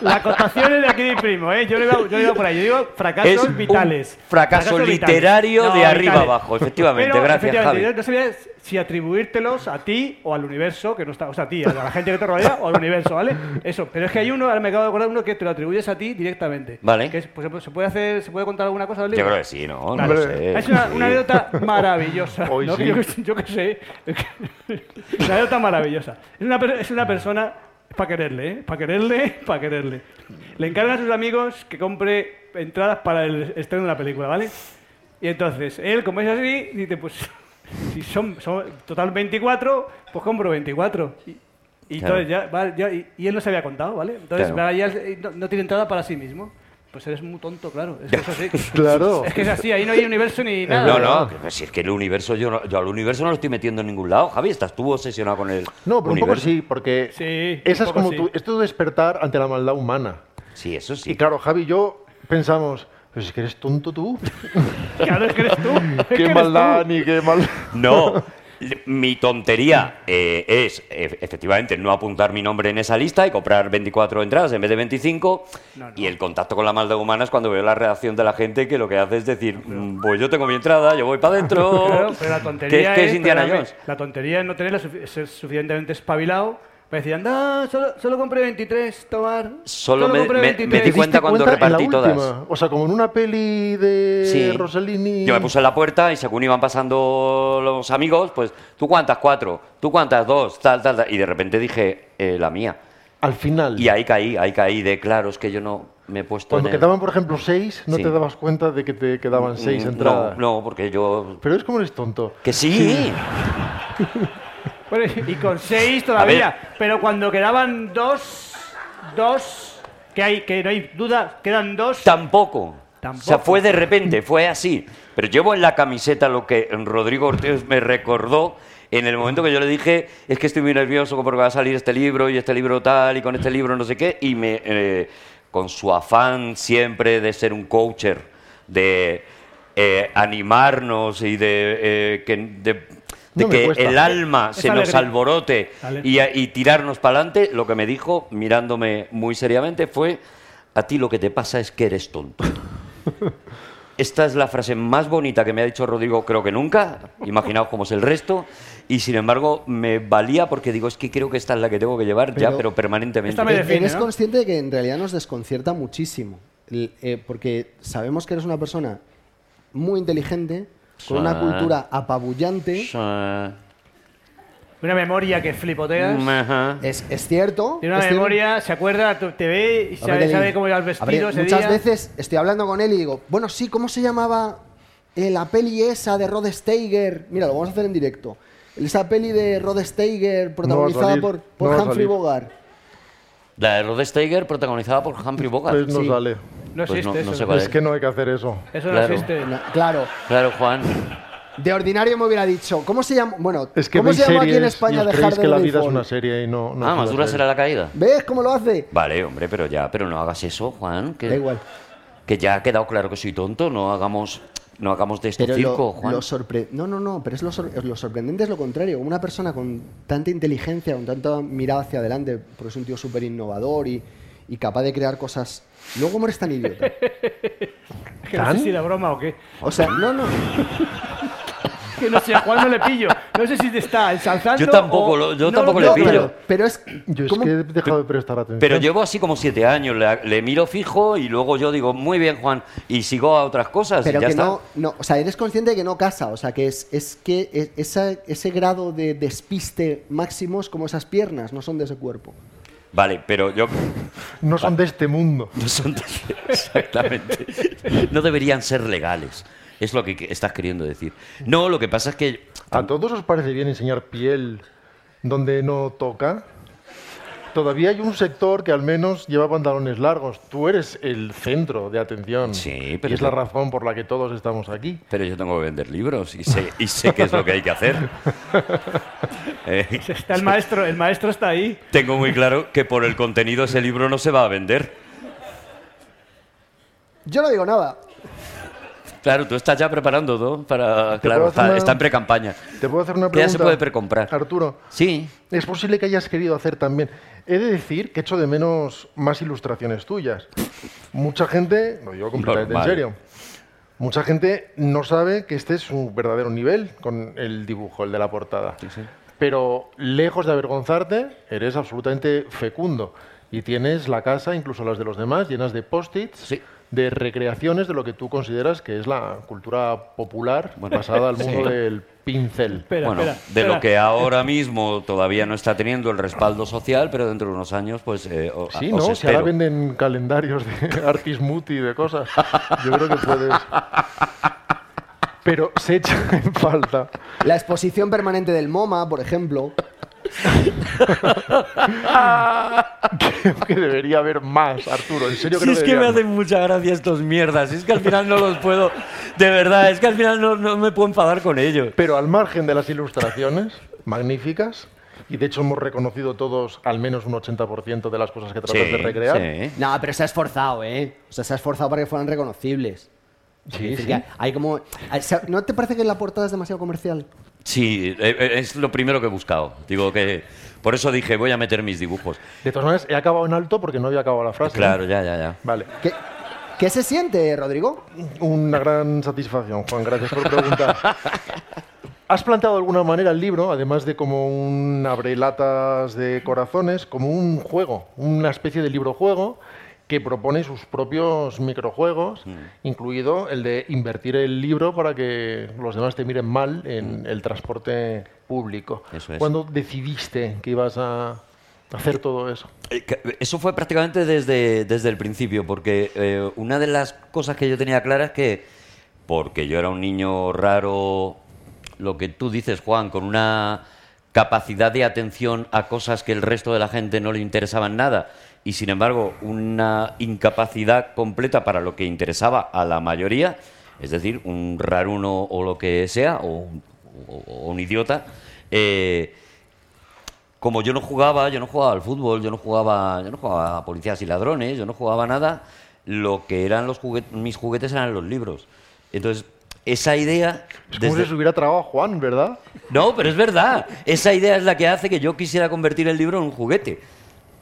[SPEAKER 1] la acotación es de aquí de primo, ¿eh? Yo no iba, yo no iba por ahí. Yo digo fracasos
[SPEAKER 4] Es un
[SPEAKER 1] vitales.
[SPEAKER 4] fracaso
[SPEAKER 1] Fracasos
[SPEAKER 4] literario de arriba
[SPEAKER 1] vitales.
[SPEAKER 4] abajo, efectivamente.
[SPEAKER 1] Pero,
[SPEAKER 4] Gracias,
[SPEAKER 1] efectivamente,
[SPEAKER 4] Javi.
[SPEAKER 1] Yo no sabía si atribuírtelos a ti o al universo, que no está, o sea, a ti, a la gente que te rodea o al universo, ¿vale? Eso. Pero es que hay uno, ahora me acabo de acordar, uno que te lo atribuyes a ti directamente.
[SPEAKER 4] Vale.
[SPEAKER 1] Que es, pues, se puede hacer, se puede contar alguna cosa del
[SPEAKER 4] Yo
[SPEAKER 1] libro.
[SPEAKER 4] creo que sí, ¿no? No
[SPEAKER 1] Vale.
[SPEAKER 4] lo sé.
[SPEAKER 1] Es una,
[SPEAKER 4] sí.
[SPEAKER 1] una anécdota maravillosa.
[SPEAKER 2] Hoy
[SPEAKER 1] ¿no?
[SPEAKER 2] sí.
[SPEAKER 1] Yo, que- yo que sé. una anécdota maravillosa. Es una, per- es una persona para quererle, ¿eh? Para quererle, para quererle. Le encargan a sus amigos que compre entradas para el estreno de la película, ¿vale? Y entonces, él, como es así, dice, pues, si son, son total 24, pues compro 24. Y, y
[SPEAKER 4] Claro.
[SPEAKER 1] entonces ya, va- ya- y, y él no se había contado, ¿vale? Entonces,
[SPEAKER 4] Claro.
[SPEAKER 1] va, ya, eh, no, no tiene entrada para sí mismo. Pues eres muy tonto, claro. Es que eso sí.
[SPEAKER 2] Claro.
[SPEAKER 1] Es que es así, ahí no hay universo ni nada.
[SPEAKER 4] Eh, No, no, que- si es que el universo, yo, no- yo al universo no lo estoy metiendo en ningún lado, Javi, estás tú obsesionado con el
[SPEAKER 2] No, pero un poco
[SPEAKER 4] universo.
[SPEAKER 2] sí, porque
[SPEAKER 1] Sí,
[SPEAKER 2] esa
[SPEAKER 1] un poco
[SPEAKER 2] es como
[SPEAKER 1] sí.
[SPEAKER 2] tu, es tu despertar ante la maldad humana.
[SPEAKER 4] Sí, eso sí.
[SPEAKER 2] Y claro, Javi y yo pensamos, pero es que eres tonto tú.
[SPEAKER 1] Claro, es que eres tú. Es que
[SPEAKER 2] qué
[SPEAKER 1] eres
[SPEAKER 2] maldad,
[SPEAKER 1] tú.
[SPEAKER 2] ni qué maldad.
[SPEAKER 4] No, le- mi tontería eh, es e- efectivamente no apuntar mi nombre en esa lista y comprar 24 entradas en vez de 25.
[SPEAKER 1] No, no.
[SPEAKER 4] Y el contacto con la maldad humana es cuando veo la reacción de la gente que lo que hace es decir, "Mm, pues yo tengo mi entrada, yo voy para adentro.
[SPEAKER 1] Claro, pero la tontería
[SPEAKER 4] que, es
[SPEAKER 1] es,
[SPEAKER 4] Indiana
[SPEAKER 1] perdóname,
[SPEAKER 4] Jones.
[SPEAKER 1] La tontería es no tener la sufi- ser suficientemente espabilado Me decían, no, solo, solo compré 23, tomar.
[SPEAKER 4] Solo me- me-
[SPEAKER 1] compré
[SPEAKER 4] me di
[SPEAKER 2] ¿Te diste
[SPEAKER 4] cuenta cuando
[SPEAKER 2] cuenta en la
[SPEAKER 4] repartí todas.
[SPEAKER 2] última? O sea, como en una peli de
[SPEAKER 4] Sí.
[SPEAKER 2] Rossellini.
[SPEAKER 4] Yo me puse en la puerta y según iban pasando los amigos, pues tú cuántas cuatro, tú cuántas dos, tal, tal, tal. Y de repente dije, eh, la mía.
[SPEAKER 2] Al final.
[SPEAKER 1] Mm.
[SPEAKER 4] Y ahí caí, ahí caí de claro, es que yo no me he puesto.
[SPEAKER 1] Pues
[SPEAKER 2] Cuando
[SPEAKER 4] en el-
[SPEAKER 2] quedaban, por ejemplo, seis, no
[SPEAKER 4] Sí.
[SPEAKER 2] te dabas cuenta de que te quedaban seis
[SPEAKER 4] Mm,
[SPEAKER 2] entradas.
[SPEAKER 4] No, no, porque yo.
[SPEAKER 2] Pero es como eres tonto.
[SPEAKER 4] Que sí.
[SPEAKER 1] Bueno, y y con seis todavía. Pero cuando quedaban dos, dos, que hay, que no hay duda, quedan dos.
[SPEAKER 4] Tampoco.
[SPEAKER 1] Tampoco.
[SPEAKER 4] O sea, fue de repente, fue así. Pero llevo en la camiseta lo que Rodrigo Ortiz me recordó en el momento que yo le dije, es que estoy muy nervioso porque va a salir este libro y este libro tal y con este libro no sé qué. Y me, eh, con su afán siempre de ser un coacher, de eh, animarnos y de, eh, que, de- de
[SPEAKER 2] No me
[SPEAKER 4] que
[SPEAKER 2] cuesta.
[SPEAKER 4] el alma
[SPEAKER 1] Es
[SPEAKER 4] se nos
[SPEAKER 1] alegría.
[SPEAKER 4] alborote y,
[SPEAKER 1] Alegría.
[SPEAKER 4] y tirarnos para adelante, lo que me dijo, mirándome muy seriamente, fue, a ti lo que te pasa es que eres tonto. Esta es la frase más bonita que me ha dicho Rodrigo, creo que nunca. Imaginaos cómo es el resto. Y sin embargo, me valía porque digo, es que creo que esta es la que tengo que llevar ya,
[SPEAKER 3] Pero-
[SPEAKER 4] pero permanentemente.
[SPEAKER 1] Esta me
[SPEAKER 3] E-
[SPEAKER 1] define,
[SPEAKER 3] eres
[SPEAKER 1] ¿no?
[SPEAKER 3] consciente de que en realidad nos desconcierta muchísimo. El- eh, porque sabemos que eres una persona muy inteligente, con una
[SPEAKER 4] Sí.
[SPEAKER 3] cultura apabullante.
[SPEAKER 1] Una memoria que flipoteas.
[SPEAKER 4] Ajá.
[SPEAKER 2] Eh.
[SPEAKER 3] Es, es cierto.
[SPEAKER 1] Tiene una
[SPEAKER 3] es cierto.
[SPEAKER 1] memoria, se acuerda, tú- te ve y
[SPEAKER 3] Este- A ver,
[SPEAKER 1] sabe,
[SPEAKER 3] te
[SPEAKER 1] sabe
[SPEAKER 3] digo,
[SPEAKER 1] cómo iba el
[SPEAKER 3] a ver,
[SPEAKER 1] vestido ese
[SPEAKER 3] Muchas
[SPEAKER 1] día.
[SPEAKER 3] veces estoy hablando con él y digo, bueno, sí, ¿cómo se llamaba eh, la peli esa de Rod Steiger? Mira, lo vamos a hacer en directo. Esa peli de Rod Steiger protagonizada
[SPEAKER 2] salir,
[SPEAKER 3] por, por
[SPEAKER 2] no va a
[SPEAKER 3] Humphrey
[SPEAKER 2] salir.
[SPEAKER 3] Bogart.
[SPEAKER 4] La de Rod Steiger, protagonizada por Humphrey Bogart.
[SPEAKER 2] Pues no
[SPEAKER 3] Sí.
[SPEAKER 2] sale.
[SPEAKER 1] No
[SPEAKER 4] Pues
[SPEAKER 1] existe
[SPEAKER 4] no- no
[SPEAKER 1] eso.
[SPEAKER 4] sé cuál
[SPEAKER 2] Es que no hay que hacer eso.
[SPEAKER 1] Eso no
[SPEAKER 4] Claro.
[SPEAKER 1] existe.
[SPEAKER 3] La- Claro,
[SPEAKER 4] Claro, Juan.
[SPEAKER 3] de ordinario me hubiera dicho, ¿cómo se llama? Bueno,
[SPEAKER 2] Es que
[SPEAKER 3] ¿cómo
[SPEAKER 2] veis
[SPEAKER 3] se llama
[SPEAKER 2] series
[SPEAKER 3] aquí en
[SPEAKER 2] y
[SPEAKER 3] España
[SPEAKER 2] os
[SPEAKER 3] de
[SPEAKER 2] creéis
[SPEAKER 3] Harder
[SPEAKER 2] que la
[SPEAKER 3] Day
[SPEAKER 2] vida es
[SPEAKER 3] Fall?
[SPEAKER 2] una serie y no... no
[SPEAKER 4] ah, más
[SPEAKER 2] es una
[SPEAKER 4] dura
[SPEAKER 2] serie.
[SPEAKER 4] será la caída.
[SPEAKER 3] ¿Ves cómo lo hace?
[SPEAKER 4] Vale, hombre, pero ya, pero no hagas eso, Juan. Que,
[SPEAKER 3] Da igual.
[SPEAKER 4] que ya ha quedado claro que soy tonto. No hagamos, no hagamos de esto
[SPEAKER 3] Pero
[SPEAKER 4] ¿Este circo,
[SPEAKER 3] lo,
[SPEAKER 4] Juan.
[SPEAKER 3] lo sorpre- No, no, no, pero es lo, sor- lo sorprendente es lo contrario. Una persona con tanta inteligencia, con tanta mirada hacia adelante, porque es un tío súper innovador y, y capaz de crear cosas. Luego, ¿cómo eres tan idiota?
[SPEAKER 1] Es que no sé
[SPEAKER 2] ¿Tan?
[SPEAKER 1] si la broma o qué.
[SPEAKER 3] O sea, no, no.
[SPEAKER 1] Que no sé a cuál no le pillo. No sé si te está ensalzando.
[SPEAKER 4] Yo tampoco
[SPEAKER 1] o-
[SPEAKER 4] lo- yo
[SPEAKER 1] no
[SPEAKER 4] tampoco le
[SPEAKER 3] no,
[SPEAKER 1] pillo.
[SPEAKER 4] pillo.
[SPEAKER 3] pero, pero es.
[SPEAKER 2] Yo es
[SPEAKER 3] ¿cómo?
[SPEAKER 2] que he dejado de prestar atención.
[SPEAKER 4] Pero llevo así como siete años, le, le miro fijo y luego yo digo, muy bien Juan, y sigo a otras cosas.
[SPEAKER 3] Pero
[SPEAKER 4] y ya
[SPEAKER 3] que
[SPEAKER 4] está.
[SPEAKER 3] no, no, o sea, eres consciente de que no casa, o sea, que es, es que es- esa- ese grado de despiste máximo es como esas piernas, no son de ese cuerpo.
[SPEAKER 4] Vale, pero yo...
[SPEAKER 2] No son de este mundo.
[SPEAKER 4] No son de- Exactamente. No deberían ser legales. Es lo que que estás queriendo decir. No, lo que pasa es que...
[SPEAKER 2] ¿A todos os parece bien enseñar piel donde no toca? Todavía hay un sector que al menos lleva pantalones largos. Tú eres el centro de atención.
[SPEAKER 4] Sí, pero
[SPEAKER 2] Y es
[SPEAKER 4] yo-
[SPEAKER 2] la razón por la que todos estamos aquí.
[SPEAKER 4] Pero yo tengo que vender libros y sé, y sé qué es lo que hay que hacer. Eh,
[SPEAKER 1] Está el maestro, el maestro está ahí.
[SPEAKER 4] tengo muy claro que por el contenido ese libro no se va a vender.
[SPEAKER 3] Yo no digo nada.
[SPEAKER 4] Claro, tú estás ya preparando, ¿no? Para,
[SPEAKER 2] Te
[SPEAKER 4] claro,
[SPEAKER 2] puedo hacer
[SPEAKER 4] está,
[SPEAKER 2] una-
[SPEAKER 4] está en pre-campaña.
[SPEAKER 2] Te puedo hacer una
[SPEAKER 4] Que ya
[SPEAKER 2] pregunta.
[SPEAKER 4] se puede precomprar.
[SPEAKER 2] Arturo,
[SPEAKER 4] Sí,
[SPEAKER 2] es posible que hayas querido hacer también. He de decir que echo de menos más ilustraciones tuyas. Mucha gente, lo digo completamente
[SPEAKER 4] Normal.
[SPEAKER 2] en serio, mucha gente no sabe que este es su verdadero nivel con el dibujo, el de la portada. Pero lejos de avergonzarte, eres absolutamente fecundo. Y tienes la casa, incluso las de los demás, llenas de post-its,
[SPEAKER 4] Sí.
[SPEAKER 2] de recreaciones de lo que tú consideras que es la cultura popular
[SPEAKER 4] Bueno,
[SPEAKER 2] pasada al mundo
[SPEAKER 4] sí.
[SPEAKER 2] del pincel.
[SPEAKER 1] Espera,
[SPEAKER 4] bueno,
[SPEAKER 1] espera,
[SPEAKER 4] de
[SPEAKER 1] espera.
[SPEAKER 4] lo que ahora mismo todavía no está teniendo el respaldo social, pero dentro de unos años, pues. eh, o-
[SPEAKER 2] Sí,
[SPEAKER 4] os
[SPEAKER 2] ¿no? Si ahora
[SPEAKER 4] espero.
[SPEAKER 2] venden calendarios de Artis Muti y de cosas, yo creo que puedes. Pero se echa en falta.
[SPEAKER 3] La exposición permanente del MoMA, por ejemplo.
[SPEAKER 2] Creo que debería haber más, Arturo. En serio,
[SPEAKER 4] Si
[SPEAKER 2] creo
[SPEAKER 4] es que me
[SPEAKER 2] debería
[SPEAKER 4] hacen mucha gracia estos mierdas, si es que al final no los puedo. De verdad, es que al final no, no me puedo enfadar con ellos.
[SPEAKER 2] Pero al margen de las ilustraciones, magníficas, y de hecho hemos reconocido todos al menos un 80% de las cosas que tratas de recrear.
[SPEAKER 4] sí.
[SPEAKER 3] No, pero se ha esforzado, ¿eh? O sea, se ha esforzado para que fueran reconocibles.
[SPEAKER 2] Sí,
[SPEAKER 3] Es
[SPEAKER 2] sí.
[SPEAKER 3] que hay como... hay- se- ¿No te parece que la portada es demasiado comercial?
[SPEAKER 4] Sí, eh, eh, es lo primero que he buscado. Digo que. Por eso dije, voy a meter mis dibujos.
[SPEAKER 2] De todas maneras, he acabado en alto porque no había acabado la frase. ¿eh?
[SPEAKER 4] Claro, ya, ya, ya.
[SPEAKER 2] Vale.
[SPEAKER 3] ¿Qué, qué se siente, Rodrigo?
[SPEAKER 2] Una gran satisfacción, Juan. Gracias por preguntar. Has planteado de alguna manera el libro, además de como un abrelatas de corazones, como un juego, una especie de libro-juego que propone sus propios microjuegos,
[SPEAKER 4] Mm.
[SPEAKER 2] incluido el de invertir el libro para que los demás te miren mal en el transporte público.
[SPEAKER 4] Mm. Eso es.
[SPEAKER 2] ¿Cuándo decidiste que ibas a hacer todo eso?
[SPEAKER 4] Eh, que- Eso fue prácticamente desde, desde el principio, porque eh, una de las cosas que yo tenía clara es que, porque yo era un niño raro, lo que tú dices, Juan, con una capacidad de atención a cosas que el resto de la gente no le interesaban nada, y sin embargo una incapacidad completa para lo que interesaba a la mayoría, es decir, un raruno o lo que sea, o un, o- o un idiota, eh, como yo no jugaba, yo no jugaba al fútbol, yo no jugaba, yo no jugaba a policías y ladrones, yo no jugaba nada, lo que eran los juguetes, mis juguetes eran los libros. Entonces, esa idea
[SPEAKER 2] Es como
[SPEAKER 4] desde-
[SPEAKER 2] si se hubiera trabado a Juan, ¿verdad?
[SPEAKER 4] no, pero es verdad. Esa idea es la que hace que yo quisiera convertir el libro en un juguete.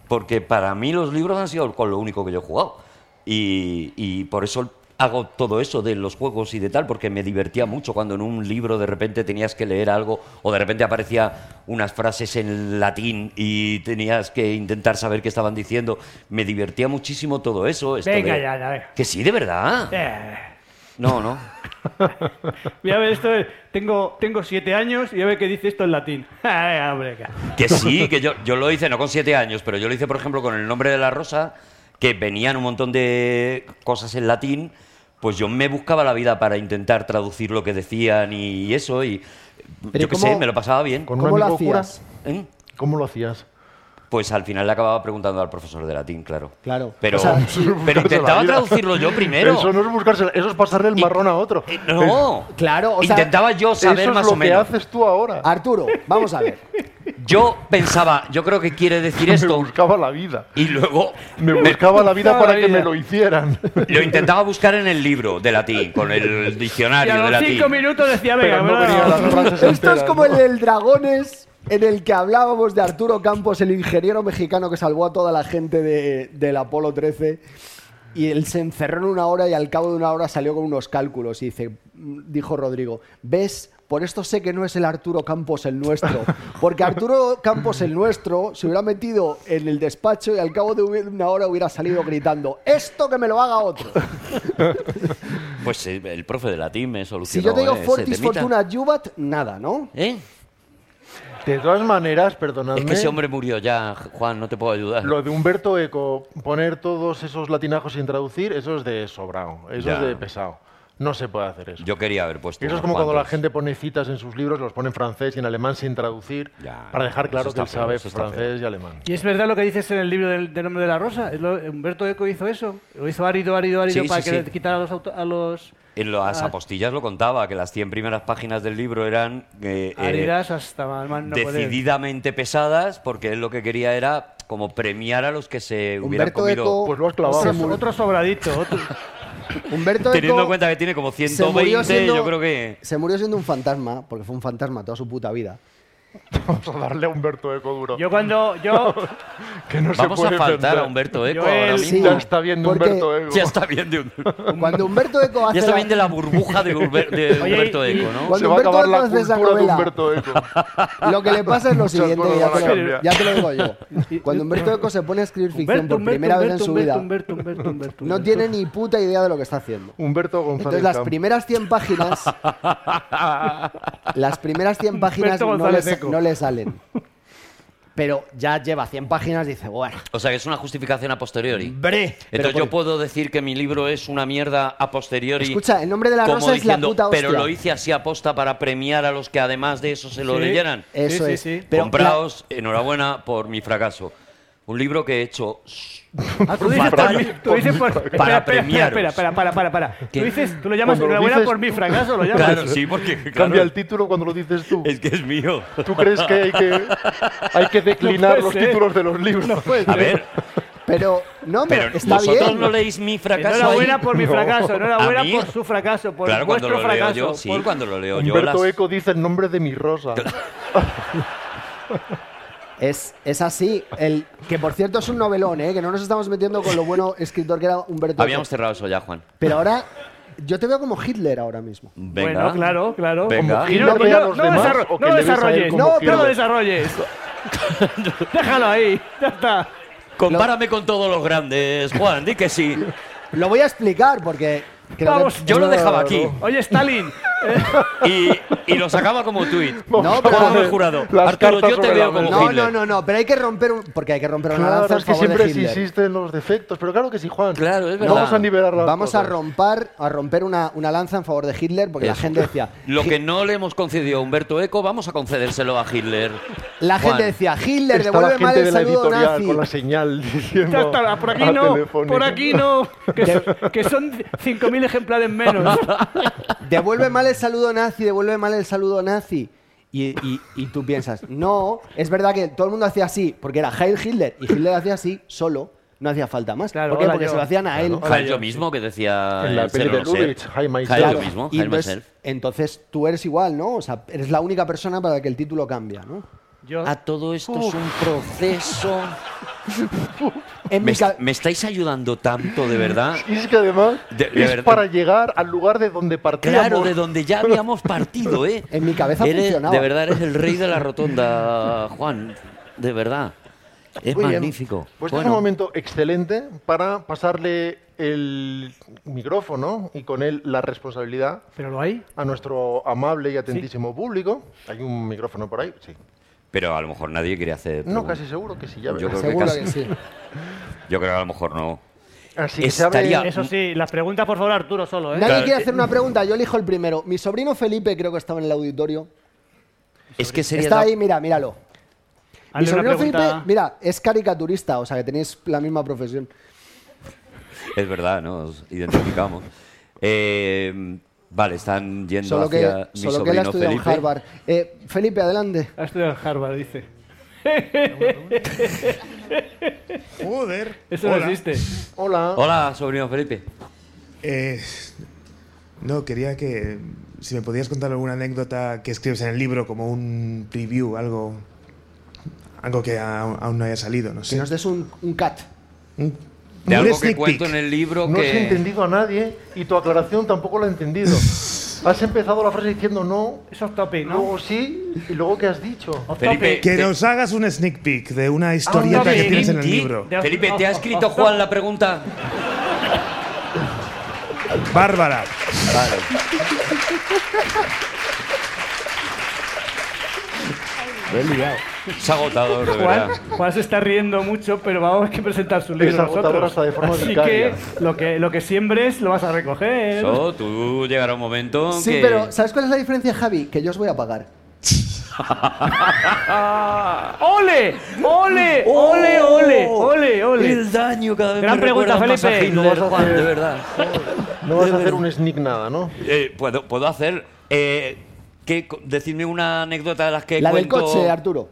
[SPEAKER 4] Porque para mí los libros han sido con lo único que yo he jugado. Y, y por eso hago todo eso de los juegos y de tal, porque me divertía mucho cuando en un libro de repente tenías que leer algo o de repente aparecía unas frases en latín y tenías que intentar saber qué estaban diciendo. Me divertía muchísimo todo eso. esto
[SPEAKER 1] Venga
[SPEAKER 4] de-
[SPEAKER 1] ya, ya, venga.
[SPEAKER 4] Que sí, de verdad.
[SPEAKER 1] Eh,
[SPEAKER 4] No, no.
[SPEAKER 1] mira, a ver, esto es- tengo, tengo siete años y a ver qué dice esto en latín. Ah, venga, hombre, venga.
[SPEAKER 4] Que sí, que yo, yo lo hice, no con siete años, pero yo lo hice, por ejemplo, con el nombre de la rosa, que venían un montón de cosas en latín, pues yo me buscaba la vida para intentar traducir lo que decían y eso, y
[SPEAKER 3] Pero
[SPEAKER 4] yo qué
[SPEAKER 3] ¿cómo-
[SPEAKER 4] sé, me lo pasaba bien.
[SPEAKER 2] Con un
[SPEAKER 3] ¿Cómo lo
[SPEAKER 2] amigo cura.
[SPEAKER 3] hacías?
[SPEAKER 4] ¿Eh?
[SPEAKER 2] ¿Cómo lo hacías?
[SPEAKER 4] Pues al final le acababa preguntando al profesor de latín, claro.
[SPEAKER 3] Claro.
[SPEAKER 4] Pero,
[SPEAKER 3] O sea,
[SPEAKER 4] pero intentaba
[SPEAKER 2] La vida.
[SPEAKER 4] traducirlo yo primero.
[SPEAKER 2] Eso no es buscarse, eso es pasarle el
[SPEAKER 4] Y-
[SPEAKER 2] marrón a otro.
[SPEAKER 4] Eh, No.
[SPEAKER 3] Claro, o sea,
[SPEAKER 4] Intentaba yo saber
[SPEAKER 2] eso es
[SPEAKER 4] más
[SPEAKER 2] lo
[SPEAKER 4] o menos. Ah,
[SPEAKER 2] que haces tú ahora.
[SPEAKER 3] Arturo, vamos a ver.
[SPEAKER 4] Yo pensaba, yo creo que quiere decir
[SPEAKER 2] Me
[SPEAKER 4] esto.
[SPEAKER 2] buscaba la vida.
[SPEAKER 4] Y luego
[SPEAKER 2] Me buscaba la vida
[SPEAKER 1] buscaba
[SPEAKER 2] para
[SPEAKER 1] la
[SPEAKER 2] que me
[SPEAKER 1] vida.
[SPEAKER 2] lo hicieran.
[SPEAKER 4] Lo intentaba buscar en el libro de latín, con el
[SPEAKER 1] Y
[SPEAKER 4] diccionario
[SPEAKER 1] a
[SPEAKER 4] de
[SPEAKER 1] los
[SPEAKER 4] latín.
[SPEAKER 1] cinco minutos decía, venga,
[SPEAKER 2] Pero no
[SPEAKER 1] bueno,
[SPEAKER 2] venía la- frases
[SPEAKER 3] Esto es
[SPEAKER 2] enteras,
[SPEAKER 3] como
[SPEAKER 2] ¿no?
[SPEAKER 3] el del Dragones, en el que hablábamos de Arturo Campos, el ingeniero mexicano que salvó a toda la gente de- del Apolo 13. Y él se encerró en una hora y al cabo de una hora salió con unos cálculos. Y dice, dijo Rodrigo, ¿ves? Por esto sé que no es el Arturo Campos el nuestro. Porque Arturo Campos el nuestro se hubiera metido en el despacho y al cabo de una hora hubiera salido gritando, esto que me lo haga otro.
[SPEAKER 4] Pues eh, el profe de latín me
[SPEAKER 3] Si
[SPEAKER 4] solucionó.
[SPEAKER 3] yo te digo
[SPEAKER 4] eh, ese
[SPEAKER 3] Fortis
[SPEAKER 4] temita.
[SPEAKER 3] Fortuna Juvat, nada, ¿no?
[SPEAKER 4] ¿Eh?
[SPEAKER 2] De todas maneras, perdonadme.
[SPEAKER 4] Es que ese hombre murió ya, Juan, no te puedo ayudar.
[SPEAKER 2] Lo de Humberto Eco, poner todos esos latinajos sin traducir, eso es de sobrado, eso
[SPEAKER 4] Ya.
[SPEAKER 2] es de pesado. No se puede hacer eso.
[SPEAKER 4] Yo quería haber puesto.
[SPEAKER 2] eso
[SPEAKER 4] unos
[SPEAKER 2] es como cuando la
[SPEAKER 4] cuantos.
[SPEAKER 2] gente pone citas en sus libros, los pone en francés y en alemán sin traducir,
[SPEAKER 4] Ya,
[SPEAKER 2] para dejar
[SPEAKER 4] eso
[SPEAKER 2] claro que
[SPEAKER 4] está
[SPEAKER 2] él
[SPEAKER 4] feo,
[SPEAKER 2] sabe
[SPEAKER 4] eso está feo.
[SPEAKER 2] francés y alemán.
[SPEAKER 1] ¿Y es verdad lo que dices en el libro del, del nombre de la rosa? ¿Es lo- ¿Humberto Eco hizo eso? ¿Lo hizo árido, árido, árido
[SPEAKER 4] Sí,
[SPEAKER 1] para
[SPEAKER 4] sí,
[SPEAKER 1] que
[SPEAKER 4] sí.
[SPEAKER 1] le quitara a los... auto- a los
[SPEAKER 4] En las
[SPEAKER 1] Ah.
[SPEAKER 4] apostillas lo contaba, que las 100 primeras páginas del libro eran eh, eh,
[SPEAKER 1] áridas hasta más más no poder?
[SPEAKER 4] decididamente pesadas, porque él lo que quería era como premiar a los que se hubieran
[SPEAKER 3] Humberto
[SPEAKER 4] comido.
[SPEAKER 3] Eco-
[SPEAKER 2] Pues lo has clavado.
[SPEAKER 1] Otro,
[SPEAKER 3] Se murió.
[SPEAKER 1] otro sobradito. otro-
[SPEAKER 3] Humberto
[SPEAKER 4] Teniendo en
[SPEAKER 3] Eco
[SPEAKER 4] cuenta que tiene como
[SPEAKER 3] se
[SPEAKER 4] 120,
[SPEAKER 3] murió siendo-
[SPEAKER 4] yo creo que.
[SPEAKER 3] Se murió siendo un fantasma, porque fue un fantasma toda su puta vida.
[SPEAKER 2] Vamos a darle a Humberto Eco duro.
[SPEAKER 1] Yo cuando... Yo,
[SPEAKER 2] que no se
[SPEAKER 4] Vamos a
[SPEAKER 2] puede
[SPEAKER 4] faltar
[SPEAKER 2] vender.
[SPEAKER 4] a Humberto Eco
[SPEAKER 1] Joel,
[SPEAKER 4] ahora
[SPEAKER 1] sí.
[SPEAKER 4] mismo.
[SPEAKER 2] Ya está viendo
[SPEAKER 3] Porque-
[SPEAKER 2] Humberto Eco.
[SPEAKER 4] Ya está bien de un-
[SPEAKER 3] Cuando Humberto Eco hace.
[SPEAKER 4] Ya está
[SPEAKER 3] la-
[SPEAKER 4] bien de la burbuja de, Humber- de
[SPEAKER 1] Oye,
[SPEAKER 4] Humberto
[SPEAKER 1] y-
[SPEAKER 4] Eco, ¿no?
[SPEAKER 3] Cuando
[SPEAKER 2] Se va a
[SPEAKER 3] Humberto
[SPEAKER 2] acabar la
[SPEAKER 3] Eco hace esa
[SPEAKER 2] cultura de
[SPEAKER 3] novela.
[SPEAKER 2] Humberto Eco.
[SPEAKER 3] Lo que le pasa es lo
[SPEAKER 2] Muchas
[SPEAKER 3] siguiente,
[SPEAKER 2] cosas
[SPEAKER 3] ya
[SPEAKER 2] van a
[SPEAKER 3] te, lo,
[SPEAKER 2] cambiar.
[SPEAKER 3] ya te lo digo yo. Cuando Humberto Eco se pone a escribir ficción
[SPEAKER 1] Humberto,
[SPEAKER 3] por primera
[SPEAKER 1] Humberto,
[SPEAKER 3] vez en su
[SPEAKER 1] Humberto,
[SPEAKER 3] vida,
[SPEAKER 1] Humberto, Humberto, Humberto,
[SPEAKER 3] no
[SPEAKER 1] Humberto.
[SPEAKER 3] tiene ni puta idea de lo que está haciendo.
[SPEAKER 2] Humberto González
[SPEAKER 3] Entonces las
[SPEAKER 2] Campo.
[SPEAKER 3] primeras 100 páginas las primeras 100 páginas
[SPEAKER 1] Humberto
[SPEAKER 3] no le,
[SPEAKER 1] González
[SPEAKER 3] sa-
[SPEAKER 1] Eco.
[SPEAKER 3] no le salen. Pero ya lleva 100 páginas y dice, bueno,
[SPEAKER 4] O sea, que es una justificación a posteriori.
[SPEAKER 3] bre. Pero
[SPEAKER 4] Entonces yo
[SPEAKER 3] por-
[SPEAKER 4] puedo decir que mi libro es una mierda a posteriori.
[SPEAKER 3] Escucha, el nombre de la
[SPEAKER 4] como
[SPEAKER 3] rosa es la
[SPEAKER 4] diciendo,
[SPEAKER 3] puta
[SPEAKER 4] Pero
[SPEAKER 3] hostia".
[SPEAKER 4] lo hice así aposta para premiar a los que además de eso se lo
[SPEAKER 1] Sí.
[SPEAKER 4] leyeran.
[SPEAKER 1] Sí,
[SPEAKER 3] Eso
[SPEAKER 1] sí,
[SPEAKER 3] es.
[SPEAKER 1] sí.
[SPEAKER 3] Eh, Pero
[SPEAKER 4] Compraos, enhorabuena por mi fracaso. Un libro que he hecho
[SPEAKER 1] Ah, tú dices,
[SPEAKER 4] Para-
[SPEAKER 1] por, mí- tú dices por- espera, espera,
[SPEAKER 4] premiaros.
[SPEAKER 1] Espera, espera, para, para, para.
[SPEAKER 4] ¿Qué?
[SPEAKER 1] Tú dices, tú lo llamas
[SPEAKER 2] Cuando lo
[SPEAKER 1] enhorabuena
[SPEAKER 2] dices-
[SPEAKER 1] por mi fracaso, lo llamas.
[SPEAKER 4] Claro, sí, porque claro,
[SPEAKER 2] Cambia el título cuando lo dices tú.
[SPEAKER 4] es que es mío.
[SPEAKER 2] ¿Tú crees que hay que, hay que declinar
[SPEAKER 1] No puede
[SPEAKER 2] los
[SPEAKER 1] ser.
[SPEAKER 2] títulos de los libros?
[SPEAKER 4] A ver,
[SPEAKER 3] Pero, no, pero,
[SPEAKER 4] pero
[SPEAKER 3] está
[SPEAKER 4] vosotros
[SPEAKER 3] bien.
[SPEAKER 4] no leéis mi fracaso ahí.
[SPEAKER 1] Enhorabuena por mi fracaso, enhorabuena
[SPEAKER 4] A mí-
[SPEAKER 1] por su fracaso, por
[SPEAKER 4] claro, cuando
[SPEAKER 1] vuestro
[SPEAKER 4] lo leo
[SPEAKER 1] fracaso.
[SPEAKER 4] yo, sí,
[SPEAKER 1] por-
[SPEAKER 4] cuando lo leo yo.
[SPEAKER 2] Humberto
[SPEAKER 4] las-
[SPEAKER 2] Eco dice el nombre de mi rosa.
[SPEAKER 3] Es, es así. El, que por cierto es un novelón, ¿eh? que no nos estamos metiendo con lo bueno escritor que era Humberto. Eco.
[SPEAKER 4] Habíamos cerrado eso ya, Juan.
[SPEAKER 3] Pero ahora, Yo te veo como Hitler ahora mismo.
[SPEAKER 4] Venga.
[SPEAKER 1] Bueno, claro, claro.
[SPEAKER 4] Venga.
[SPEAKER 1] Y no,
[SPEAKER 2] Hitler
[SPEAKER 1] y
[SPEAKER 2] ve a
[SPEAKER 1] no-
[SPEAKER 2] los
[SPEAKER 1] no
[SPEAKER 2] demás,
[SPEAKER 1] desarro-
[SPEAKER 2] o que
[SPEAKER 1] no
[SPEAKER 2] le ves a él
[SPEAKER 1] desarrolles,
[SPEAKER 2] como
[SPEAKER 1] no,
[SPEAKER 2] Hitler.
[SPEAKER 1] no desarrolles. Déjalo ahí, ya está.
[SPEAKER 4] Compárame con todos los grandes, Juan, di que sí.
[SPEAKER 3] Lo voy a explicar porque. creo que-
[SPEAKER 1] Vamos,
[SPEAKER 4] Yo lo dejaba aquí
[SPEAKER 1] Oye, Stalin, eh,
[SPEAKER 4] y, y lo sacaba como tuit.
[SPEAKER 3] No, pero-
[SPEAKER 4] Juan del jurado.
[SPEAKER 2] Las
[SPEAKER 4] Arturo,
[SPEAKER 2] cartas
[SPEAKER 4] yo te
[SPEAKER 2] sobre
[SPEAKER 4] veo
[SPEAKER 2] la
[SPEAKER 4] como
[SPEAKER 2] mesa.
[SPEAKER 3] No,
[SPEAKER 4] Hitler.
[SPEAKER 3] no, no, no, pero hay que romper un. Porque hay que romper una
[SPEAKER 2] Claro,
[SPEAKER 3] lanza a
[SPEAKER 2] es que
[SPEAKER 3] favor
[SPEAKER 2] siempre
[SPEAKER 3] de Hitler.
[SPEAKER 2] existen los defectos, pero claro que sí, Juan.
[SPEAKER 4] Claro, es verdad.
[SPEAKER 2] Vamos a nivelar las
[SPEAKER 3] Vamos a
[SPEAKER 2] cosas.
[SPEAKER 3] romper, a romper una, una lanza en favor de Hitler porque la
[SPEAKER 4] Eso.
[SPEAKER 3] gente decía.
[SPEAKER 4] Lo
[SPEAKER 3] Hi-
[SPEAKER 4] que no le hemos concedido a Humberto Eco, vamos a concedérselo a Hitler.
[SPEAKER 3] la gente
[SPEAKER 4] Juan.
[SPEAKER 3] decía, Hitler,
[SPEAKER 2] Está la
[SPEAKER 3] devuelve mal
[SPEAKER 2] gente
[SPEAKER 3] el
[SPEAKER 2] de la
[SPEAKER 3] saludo
[SPEAKER 2] editorial
[SPEAKER 3] nazi.
[SPEAKER 2] con la señal diciendo
[SPEAKER 1] ya está, por aquí
[SPEAKER 2] a
[SPEAKER 1] no,
[SPEAKER 2] Telefónica.
[SPEAKER 1] por aquí no, que, so- que son 5.000 ejemplares menos.
[SPEAKER 3] Devuelve mal el saludo nazi, devuelve mal el saludo nazi. Y, y- y tú piensas, no, es verdad que todo el mundo hacía así, porque era Heil Hitler, y Hitler hacía así solo, no hacía falta más.
[SPEAKER 1] Claro,
[SPEAKER 3] ¿Por qué?
[SPEAKER 1] hola,
[SPEAKER 3] Porque
[SPEAKER 1] yo.
[SPEAKER 3] se lo hacían a él.
[SPEAKER 4] Jael yo mismo, que decía
[SPEAKER 2] En la
[SPEAKER 4] el
[SPEAKER 2] peli
[SPEAKER 4] Cero
[SPEAKER 2] de
[SPEAKER 4] no ser.
[SPEAKER 2] Lubitsch, Jael Myself.
[SPEAKER 4] Jael yo
[SPEAKER 3] Claro.
[SPEAKER 4] mismo,
[SPEAKER 3] Y
[SPEAKER 4] Jael
[SPEAKER 3] entonces,
[SPEAKER 4] Myself.
[SPEAKER 3] entonces tú eres igual, ¿no? O sea, eres la única persona para la que el título cambia, ¿no?
[SPEAKER 1] Yo,
[SPEAKER 4] Ah, todo esto es un proceso.
[SPEAKER 3] En
[SPEAKER 4] Me,
[SPEAKER 3] mi ca-
[SPEAKER 4] est- me estáis ayudando tanto, de verdad.
[SPEAKER 2] Y es que además
[SPEAKER 4] De- de
[SPEAKER 2] es
[SPEAKER 4] verdad.
[SPEAKER 2] para llegar al lugar de donde partíamos.
[SPEAKER 4] Claro, de donde ya habíamos partido, ¿eh?
[SPEAKER 3] En mi cabeza
[SPEAKER 4] Eres-
[SPEAKER 3] funcionaba.
[SPEAKER 4] De verdad, eres el rey de la rotonda, Juan. De verdad. Es
[SPEAKER 2] Muy bien.
[SPEAKER 4] magnífico.
[SPEAKER 2] Pues este es
[SPEAKER 4] Bueno,
[SPEAKER 2] un momento excelente para pasarle el micrófono y con él la responsabilidad
[SPEAKER 1] ¿Pero lo hay?
[SPEAKER 2] a nuestro amable y atentísimo público. Hay un micrófono por ahí, sí.
[SPEAKER 4] Pero a lo mejor nadie quiere hacer.
[SPEAKER 2] No,
[SPEAKER 4] preguntas.
[SPEAKER 2] casi seguro que sí, ya
[SPEAKER 4] Yo
[SPEAKER 2] verás.
[SPEAKER 4] creo que
[SPEAKER 3] seguro
[SPEAKER 4] casi-
[SPEAKER 3] que sí.
[SPEAKER 4] Yo creo que a lo mejor no.
[SPEAKER 2] Así que se abre-
[SPEAKER 4] estaría-
[SPEAKER 1] Eso sí, las preguntas, por favor, Arturo, solo, ¿eh?
[SPEAKER 3] Nadie
[SPEAKER 4] Claro,
[SPEAKER 3] quiere
[SPEAKER 4] eh,
[SPEAKER 3] hacer una pregunta, yo elijo el primero. Mi sobrino Felipe creo que estaba en el auditorio.
[SPEAKER 4] Es que sería.
[SPEAKER 3] Está
[SPEAKER 4] la-
[SPEAKER 3] ahí, mira, míralo. Mi
[SPEAKER 1] Hazle una
[SPEAKER 3] sobrino Felipe,
[SPEAKER 1] pregunta-
[SPEAKER 3] mira, es caricaturista, o sea que tenéis la misma profesión.
[SPEAKER 4] Es verdad, nos identificamos. Eh, vale, están yendo
[SPEAKER 3] Solo que,
[SPEAKER 4] hacia mi
[SPEAKER 3] solo que él
[SPEAKER 4] sobrino
[SPEAKER 3] ha estudiado
[SPEAKER 4] Felipe.
[SPEAKER 3] en Harvard. Eh, Felipe, adelante.
[SPEAKER 1] Ha estudiado en este Harvard, dice.
[SPEAKER 5] Joder.
[SPEAKER 1] Eso
[SPEAKER 5] hola.
[SPEAKER 1] no existe.
[SPEAKER 2] Hola.
[SPEAKER 4] Hola, sobrino Felipe.
[SPEAKER 5] Eh, no, quería que si me podías contar alguna anécdota que escribes en el libro, como un preview, algo, algo que a- aún no haya salido, no
[SPEAKER 3] Que
[SPEAKER 5] sé.
[SPEAKER 3] nos des un, un cat.
[SPEAKER 5] Un-
[SPEAKER 4] De
[SPEAKER 5] un
[SPEAKER 4] algo que
[SPEAKER 5] sneak
[SPEAKER 4] cuento
[SPEAKER 5] peek.
[SPEAKER 4] en el libro
[SPEAKER 2] No has
[SPEAKER 4] que.
[SPEAKER 2] entendido a nadie y tu aclaración tampoco la he entendido. Has empezado la frase diciendo no,
[SPEAKER 1] Eso es topic, ¿no?
[SPEAKER 2] luego sí y luego ¿qué has dicho?
[SPEAKER 1] Off
[SPEAKER 4] Felipe,
[SPEAKER 1] topic.
[SPEAKER 5] Que
[SPEAKER 4] te-
[SPEAKER 5] nos hagas un sneak peek de
[SPEAKER 3] Ah,
[SPEAKER 5] una historieta que
[SPEAKER 1] vale.
[SPEAKER 5] tienes en el
[SPEAKER 4] Tim, Tim,
[SPEAKER 5] libro.
[SPEAKER 1] De-
[SPEAKER 4] Felipe, ¿te ha escrito Juan la pregunta?
[SPEAKER 5] Bárbara.
[SPEAKER 4] Vale. Es agotador, de verdad.
[SPEAKER 1] Juan, Juan se está riendo mucho, pero vamos a que presentar su libro
[SPEAKER 2] agotador
[SPEAKER 1] nosotros.
[SPEAKER 2] hasta de forma
[SPEAKER 1] Así
[SPEAKER 2] vicaria.
[SPEAKER 1] que lo, que lo que siembres lo vas a recoger.
[SPEAKER 4] So, tú llegará un momento
[SPEAKER 3] Sí,
[SPEAKER 4] que...
[SPEAKER 3] pero ¿sabes cuál es la diferencia, Javi? Que yo os voy a pagar.
[SPEAKER 1] Ah, ¡Ole! ¡Ole! ¡Ole! ¡Ole! ¡Ole! ¡Ole!
[SPEAKER 4] ¡Oh! El daño cada vez
[SPEAKER 1] Gran
[SPEAKER 4] me
[SPEAKER 1] pregunta,
[SPEAKER 4] recuerda más
[SPEAKER 1] Felipe.
[SPEAKER 4] a Hitler,
[SPEAKER 2] No vas a
[SPEAKER 4] Juan, de
[SPEAKER 2] hacer-
[SPEAKER 4] verdad.
[SPEAKER 2] No vas a hacer un sneak nada, ¿no?
[SPEAKER 4] Eh, puedo, puedo hacer... Eh, ¿qué co- decirme una anécdota de las que
[SPEAKER 3] La del
[SPEAKER 4] cuento...
[SPEAKER 3] coche, Arturo.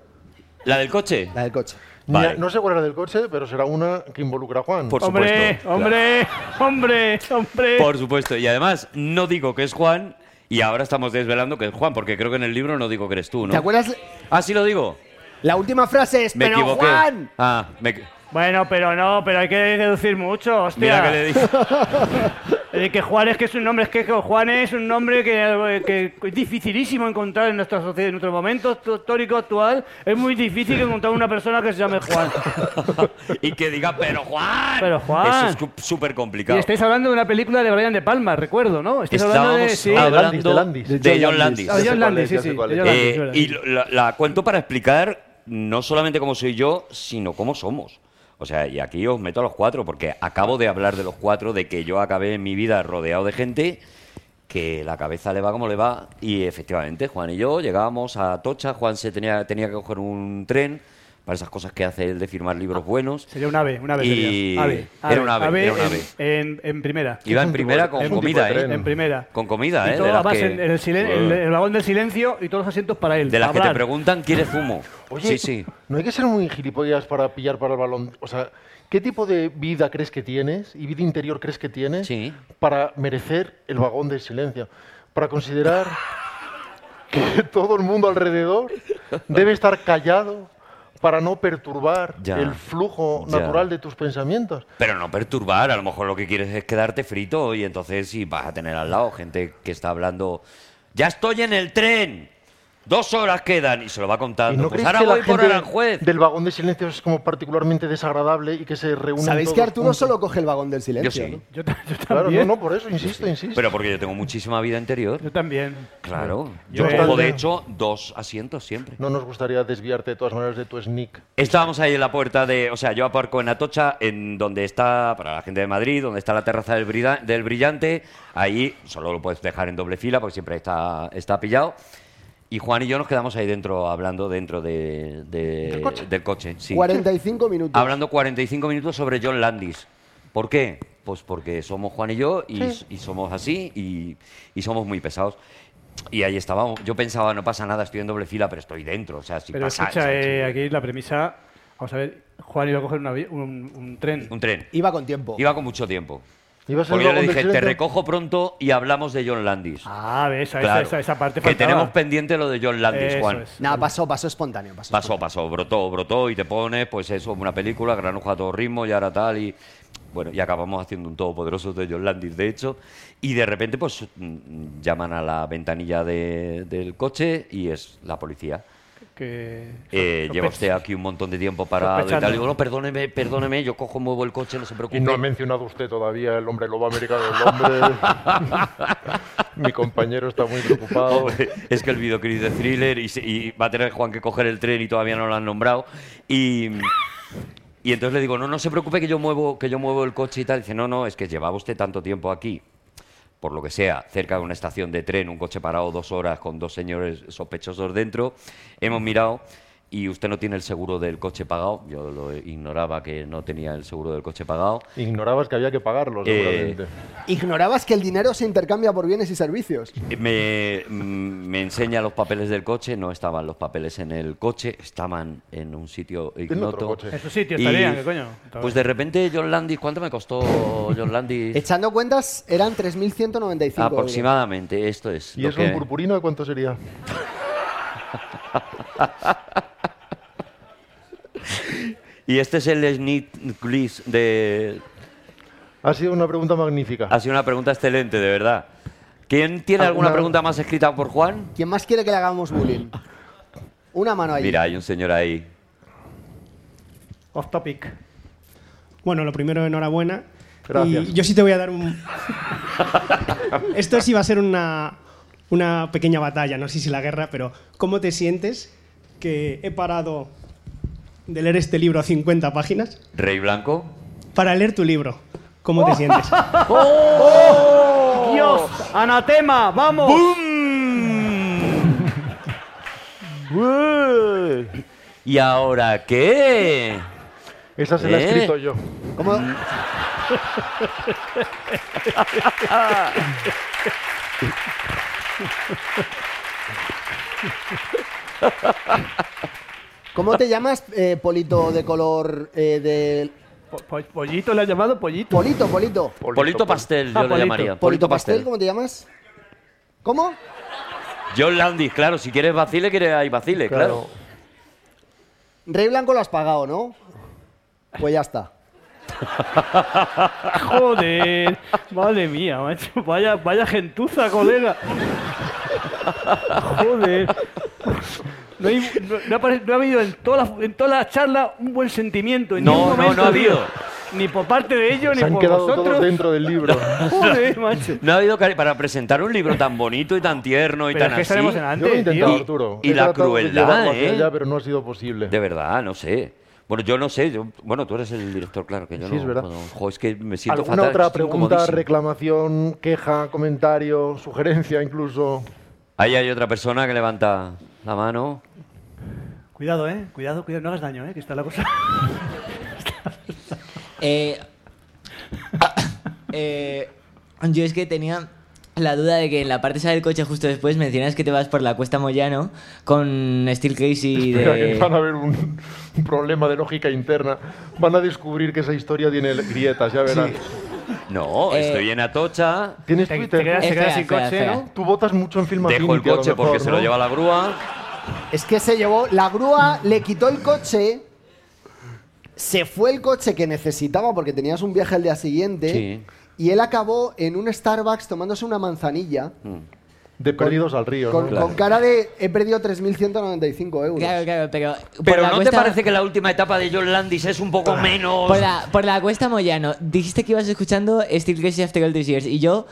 [SPEAKER 4] ¿La del coche?
[SPEAKER 3] La del coche.
[SPEAKER 2] Ni a-
[SPEAKER 4] Vale.
[SPEAKER 2] no sé cuál era del coche, pero será una que involucra a Juan. Ah,
[SPEAKER 4] Por
[SPEAKER 1] ¡Hombre!
[SPEAKER 4] supuesto.
[SPEAKER 1] ¡Hombre! ¡Hombre! ¡Hombre!
[SPEAKER 4] Por supuesto. Y además, no digo que es Juan... Y ahora estamos desvelando que es Juan, porque creo que en el libro no digo que eres tú, ¿no?
[SPEAKER 3] ¿Te acuerdas?
[SPEAKER 4] Ah, sí lo digo.
[SPEAKER 3] La última frase es,
[SPEAKER 4] Me
[SPEAKER 3] pero
[SPEAKER 4] equivoqué.
[SPEAKER 3] Juan.
[SPEAKER 4] Ah, me...
[SPEAKER 1] Bueno, pero no, pero hay que deducir mucho, hostia.
[SPEAKER 4] Mira que le dije.
[SPEAKER 1] Eh, que Juan es que es un nombre, es que Juan es un nombre que, que es dificilísimo encontrar en nuestra sociedad, en nuestro momento histórico actual. Es muy difícil encontrar una persona que se llame Juan.
[SPEAKER 4] y que diga, pero Juan.
[SPEAKER 1] Pero Juan.
[SPEAKER 4] Eso es cu- súper complicado.
[SPEAKER 1] Y estáis hablando de una película de Brian De Palma, recuerdo, ¿no? Estáis hablando de.
[SPEAKER 4] Estábamos
[SPEAKER 1] Sí.
[SPEAKER 2] hablando-
[SPEAKER 4] hablando
[SPEAKER 2] de Landis, de
[SPEAKER 4] de John Landis.
[SPEAKER 1] Ah, John Landis, sí,
[SPEAKER 2] ya
[SPEAKER 1] sí.
[SPEAKER 2] sé cuál
[SPEAKER 1] de
[SPEAKER 2] es.
[SPEAKER 1] John
[SPEAKER 4] Eh,
[SPEAKER 1] Landis, John
[SPEAKER 4] y lo-
[SPEAKER 1] Landis.
[SPEAKER 4] la, la cuento para explicar no solamente cómo soy yo, sino cómo somos. O sea, y aquí os meto a los cuatro, porque acabo de hablar de los cuatro, de que yo acabé mi vida rodeado de gente que la cabeza le va como le va. Y efectivamente, Juan y yo llegábamos a Tocha, Juan se tenía, tenía que coger un tren para esas cosas que hace él de firmar libros buenos.
[SPEAKER 1] Sería un ave, un ave.
[SPEAKER 4] Y-
[SPEAKER 1] sería. Ave,
[SPEAKER 4] era un ave, era un
[SPEAKER 1] en-
[SPEAKER 4] ave.
[SPEAKER 1] En, en primera.
[SPEAKER 4] Iba
[SPEAKER 2] Es
[SPEAKER 4] en
[SPEAKER 2] un tipo
[SPEAKER 4] primera
[SPEAKER 2] de-
[SPEAKER 4] con
[SPEAKER 2] es un tipo
[SPEAKER 4] comida,
[SPEAKER 2] de
[SPEAKER 4] ¿eh?
[SPEAKER 2] tren.
[SPEAKER 1] En primera.
[SPEAKER 4] Con comida,
[SPEAKER 1] Y
[SPEAKER 4] ¿eh?
[SPEAKER 1] todo,
[SPEAKER 4] De las
[SPEAKER 1] además,
[SPEAKER 4] que- Pues
[SPEAKER 1] en, en el, silen- el- el vagón del silencio y todos los asientos para él.
[SPEAKER 4] De las que te
[SPEAKER 1] Hablar.
[SPEAKER 4] preguntan, ¿quieres zumo?
[SPEAKER 2] Oye,
[SPEAKER 4] sí, sí.
[SPEAKER 2] no hay que ser muy gilipollas para pillar para el balón. O sea, ¿qué tipo de vida crees que tienes y vida interior crees que tienes
[SPEAKER 4] Sí.
[SPEAKER 2] para merecer el vagón del silencio? Para considerar que todo el mundo alrededor debe estar callado para no perturbar
[SPEAKER 4] Ya.
[SPEAKER 2] el flujo
[SPEAKER 4] Ya.
[SPEAKER 2] natural de tus pensamientos.
[SPEAKER 4] Pero no perturbar, a lo mejor lo que quieres es quedarte frito y entonces sí vas a tener al lado gente que está hablando, ya estoy en el tren, dos horas quedan y se lo va
[SPEAKER 2] ¿Y
[SPEAKER 4] contando.
[SPEAKER 2] no
[SPEAKER 4] pues
[SPEAKER 2] crees
[SPEAKER 4] ahora
[SPEAKER 2] que la
[SPEAKER 4] voy por
[SPEAKER 2] gente
[SPEAKER 4] Aranjuez.
[SPEAKER 2] del vagón de silencio es como particularmente desagradable y que se reúnen
[SPEAKER 3] Sabéis que
[SPEAKER 2] todos
[SPEAKER 3] Arturo
[SPEAKER 2] juntos?
[SPEAKER 3] solo coge el vagón del silencio.
[SPEAKER 4] Yo sí,
[SPEAKER 3] ¿no?
[SPEAKER 1] Yo, ta- yo
[SPEAKER 2] Claro, no,
[SPEAKER 1] también.
[SPEAKER 2] no, por eso, insisto, insisto.
[SPEAKER 4] pero porque yo tengo muchísima vida interior.
[SPEAKER 1] Yo también.
[SPEAKER 4] Claro,
[SPEAKER 2] Yo
[SPEAKER 4] yo cojo de
[SPEAKER 2] también.
[SPEAKER 4] hecho dos asientos siempre.
[SPEAKER 2] No nos gustaría desviarte de todas maneras de tu sneak.
[SPEAKER 4] Estábamos ahí en la puerta de. O sea, yo aparco en Atocha, en donde está, para la gente de Madrid, donde está la terraza del, Brida- del Brillante. Ahí solo lo puedes dejar en doble fila porque siempre está, está pillado. Y Juan y yo nos quedamos ahí dentro hablando dentro de, de-
[SPEAKER 2] ¿Del coche?
[SPEAKER 4] del coche. sí.
[SPEAKER 3] 45 minutos.
[SPEAKER 4] Hablando 45 minutos sobre John Landis. ¿Por qué? Pues porque somos Juan y yo y, y somos así y, y somos muy pesados. Y ahí estábamos. Yo pensaba, no pasa nada, estoy en doble fila, pero estoy dentro. O sea, si
[SPEAKER 1] Pero
[SPEAKER 4] pasa. está
[SPEAKER 1] escucha, eh,
[SPEAKER 4] chido.
[SPEAKER 1] aquí la premisa. Vamos a ver, Juan iba a coger un, avi- un- un tren.
[SPEAKER 4] Un tren.
[SPEAKER 3] Iba con tiempo.
[SPEAKER 4] Iba con mucho tiempo.
[SPEAKER 2] Ibas en
[SPEAKER 4] Porque
[SPEAKER 2] el
[SPEAKER 4] yo le
[SPEAKER 2] vagón del
[SPEAKER 4] dije, te
[SPEAKER 2] silencio".
[SPEAKER 4] recojo pronto y hablamos de John Landis.
[SPEAKER 1] Ah, ves, esa,
[SPEAKER 4] Claro.
[SPEAKER 1] esa, esa parte
[SPEAKER 4] Que
[SPEAKER 1] faltaba.
[SPEAKER 4] tenemos pendiente lo de John Landis,
[SPEAKER 1] Eso
[SPEAKER 4] Juan.
[SPEAKER 1] es.
[SPEAKER 3] Nada, pasó, pasó espontáneo. Pasó.
[SPEAKER 4] Pasó, pasó, brotó, brotó y te pones, pues eso, una película, granuja a todo ritmo y ahora tal y... Bueno, y acabamos haciendo un todopoderoso de John Landis, de hecho, y de repente pues mm, llaman a la ventanilla de- del coche y es la policía.
[SPEAKER 1] Que...
[SPEAKER 4] Eh, lleva
[SPEAKER 1] Sospe-
[SPEAKER 4] usted aquí un montón de tiempo parado y
[SPEAKER 1] Sospechando.
[SPEAKER 4] tal. Digo, no, perdóneme, perdóneme, yo cojo, muevo el coche, no se preocupe.
[SPEAKER 2] Y no ha mencionado usted todavía el hombre lobo americano, el hombre. Mi compañero está muy preocupado.
[SPEAKER 4] Hombre, es que el videoclip de thriller y, se- y va a tener Juan que coger el tren y todavía no lo han nombrado. Y, y entonces le digo, no, no se preocupe que yo muevo, que yo muevo el coche y tal. Dice, no, no, es que llevaba usted tanto tiempo aquí, por lo que sea, cerca de una estación de tren, un coche parado dos horas con dos señores sospechosos dentro. Hemos mirado. Y usted no tiene el seguro del coche pagado. Yo lo ignoraba que no tenía el seguro del coche pagado.
[SPEAKER 2] Ignorabas que había que
[SPEAKER 4] Eh,
[SPEAKER 2] pagarlo, seguramente.
[SPEAKER 3] Ignorabas que el dinero se intercambia por bienes y servicios.
[SPEAKER 4] Me, mm, me enseña los papeles del coche, no estaban los papeles en el coche, estaban en un sitio
[SPEAKER 2] otro
[SPEAKER 4] ignoto.
[SPEAKER 2] coche.
[SPEAKER 1] En su sitio
[SPEAKER 4] Y,
[SPEAKER 1] estarían, ¿qué coño?
[SPEAKER 4] Pues de repente John Landis, ¿cuánto me costó John Landis?
[SPEAKER 3] Echando cuentas, eran 3.195 euros.
[SPEAKER 4] Aproximadamente, esto es.
[SPEAKER 2] ¿Y
[SPEAKER 4] lo
[SPEAKER 2] eso
[SPEAKER 4] que-
[SPEAKER 2] un purpurino de cuánto sería?
[SPEAKER 4] Y este es el sneak list de...
[SPEAKER 2] Ha sido una pregunta magnífica.
[SPEAKER 4] Ha sido una pregunta excelente, de verdad. ¿Quién tiene alguna
[SPEAKER 2] ¿Alguna-
[SPEAKER 4] pregunta más escrita por Juan?
[SPEAKER 3] ¿Quién más quiere que le hagamos bullying? Una mano ahí.
[SPEAKER 4] Mira, hay un señor ahí.
[SPEAKER 1] Off topic.
[SPEAKER 6] Bueno, lo primero, enhorabuena.
[SPEAKER 2] Gracias.
[SPEAKER 6] Y yo sí te voy a dar un. Esto sí va a ser una, una pequeña batalla, no sé si la guerra, pero ¿cómo te sientes que he parado de leer este libro a 50 páginas
[SPEAKER 4] Rey Blanco.
[SPEAKER 6] para leer tu libro? ¿Cómo
[SPEAKER 2] Oh.
[SPEAKER 6] te sientes?
[SPEAKER 1] ¡Dios! ¡Anatema! ¡Vamos!
[SPEAKER 4] ¿Y ahora qué?
[SPEAKER 2] Esa se la he
[SPEAKER 4] ¿Eh?
[SPEAKER 2] escrito yo.
[SPEAKER 3] ¿Cómo, cómo te llamas, eh, Polito de color eh, de.
[SPEAKER 1] Po- po- ¿Pollito le ha llamado? ¿Pollito?
[SPEAKER 3] Polito, Polito.
[SPEAKER 4] Polito, Pastel, yo
[SPEAKER 1] Ah,
[SPEAKER 4] lo
[SPEAKER 1] Polito.
[SPEAKER 4] llamaría.
[SPEAKER 3] Polito pastel, ¿cómo te llamas? ¿Cómo?
[SPEAKER 4] John Landis, claro, si quieres vacile, quieres ahí vacile, claro.
[SPEAKER 3] Rey Blanco lo has pagado, ¿no? Pues ya está.
[SPEAKER 1] Ah, Joder, madre mía, macho. Vaya, vaya gentuza, colega. Joder. No, hay- no- no ha, apare- no ha habido en toda, la, en toda la charla un buen sentimiento. En
[SPEAKER 4] No,
[SPEAKER 1] ningún
[SPEAKER 4] no,
[SPEAKER 1] momento,
[SPEAKER 4] no ha
[SPEAKER 1] tío.
[SPEAKER 4] habido.
[SPEAKER 1] Ni por parte de ellos,
[SPEAKER 2] Se
[SPEAKER 1] ni
[SPEAKER 2] han
[SPEAKER 1] por
[SPEAKER 2] quedado
[SPEAKER 1] vosotros.
[SPEAKER 2] todos dentro del libro.
[SPEAKER 1] Joder, macho.
[SPEAKER 4] No ha habido cari- para presentar un libro tan bonito y tan tierno y
[SPEAKER 1] Pero
[SPEAKER 4] tan
[SPEAKER 1] es que
[SPEAKER 4] así.
[SPEAKER 1] estaremos en
[SPEAKER 2] Yo lo he
[SPEAKER 1] antes,
[SPEAKER 2] intentado,
[SPEAKER 1] tío.
[SPEAKER 2] Arturo.
[SPEAKER 4] y
[SPEAKER 2] He
[SPEAKER 4] la
[SPEAKER 2] tratado de
[SPEAKER 4] crueldad,
[SPEAKER 2] llevarlo hacia
[SPEAKER 4] ¿eh?
[SPEAKER 2] allá, pero no ha sido posible.
[SPEAKER 4] De verdad, no sé. Bueno, yo no sé. yo- bueno, tú eres el director, claro, que yo
[SPEAKER 2] Sí,
[SPEAKER 4] no.
[SPEAKER 2] es verdad.
[SPEAKER 4] puedo- jo, es que me siento
[SPEAKER 2] ¿Alguna
[SPEAKER 4] fatal,
[SPEAKER 2] otra
[SPEAKER 4] estoy
[SPEAKER 2] pregunta,
[SPEAKER 4] incomodísimo.
[SPEAKER 2] reclamación, queja, comentario, sugerencia incluso?
[SPEAKER 4] Ahí hay otra persona que levanta la mano.
[SPEAKER 1] Cuidado, eh. Cuidado, cuidado. No hagas daño, eh. Que está la cosa.
[SPEAKER 7] Eh, eh, yo es que tenía la duda de que en la parte esa del coche justo después mencionas que te vas por la cuesta Moyano con Steel Casey
[SPEAKER 2] Espera, que van a
[SPEAKER 7] de...
[SPEAKER 2] haber un, un problema de lógica interna. Van a descubrir que esa historia tiene grietas, ya verás.
[SPEAKER 4] No,
[SPEAKER 7] Eh,
[SPEAKER 4] estoy en Atocha.
[SPEAKER 2] ¿Tienes
[SPEAKER 1] Te,
[SPEAKER 2] Twitter?
[SPEAKER 1] te quedas, te
[SPEAKER 7] Espera,
[SPEAKER 1] quedas sin
[SPEAKER 7] espera,
[SPEAKER 1] coche,
[SPEAKER 7] espera.
[SPEAKER 1] ¿no?
[SPEAKER 2] Tú votas mucho en Film
[SPEAKER 4] Dejo el
[SPEAKER 2] Affinity, a lo
[SPEAKER 4] coche porque
[SPEAKER 2] mejor,
[SPEAKER 4] se lo
[SPEAKER 2] ¿no?
[SPEAKER 4] lleva la grúa.
[SPEAKER 3] Es que se llevó, la grúa le quitó el coche, se fue el coche que necesitaba porque tenías un viaje al día siguiente
[SPEAKER 4] Sí.
[SPEAKER 3] y él acabó en un Starbucks tomándose una manzanilla
[SPEAKER 2] De perdidos al río.
[SPEAKER 3] con,
[SPEAKER 2] ¿no?
[SPEAKER 4] Claro.
[SPEAKER 3] con cara de he perdido 3.195 euros.
[SPEAKER 7] Claro, claro, pero. por
[SPEAKER 4] Pero
[SPEAKER 7] Pues la
[SPEAKER 4] ¿no te
[SPEAKER 7] cuesta-
[SPEAKER 4] parece que la última etapa de John Landis es un poco menos...?
[SPEAKER 7] Por Pues la, por la cuesta Moyano, dijiste que ibas escuchando Steel Crazy After All These Years y yo,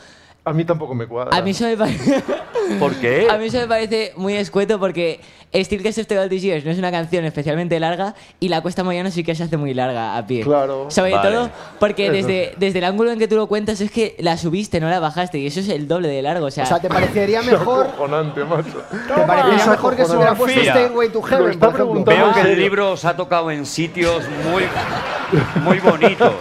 [SPEAKER 2] A mí tampoco me cuadra.
[SPEAKER 7] a mí eso me parece...
[SPEAKER 4] ¿Por qué?
[SPEAKER 7] A mí eso me parece muy escueto porque Steel Crazy After All These Years no es una canción especialmente larga y la cuesta Moyano sí que se hace muy larga a pie.
[SPEAKER 2] Claro.
[SPEAKER 7] Sobre
[SPEAKER 4] Vale.
[SPEAKER 7] todo porque
[SPEAKER 2] Eso.
[SPEAKER 7] desde, desde el ángulo en que tú lo cuentas es que la subiste, no la bajaste y eso es el doble de largo, o sea...
[SPEAKER 3] O sea, ¿te parecería
[SPEAKER 2] Es
[SPEAKER 3] mejor,
[SPEAKER 2] acojonante, macho.
[SPEAKER 3] ¿te parecería
[SPEAKER 2] Es
[SPEAKER 3] mejor que se hubiera puesto
[SPEAKER 4] Mira,
[SPEAKER 3] Stairway to
[SPEAKER 2] lo
[SPEAKER 3] Heaven,
[SPEAKER 2] está
[SPEAKER 3] por ejemplo?
[SPEAKER 2] preguntando-
[SPEAKER 4] Veo que
[SPEAKER 2] serio.
[SPEAKER 4] el libro os ha tocado en sitios muy, muy bonitos.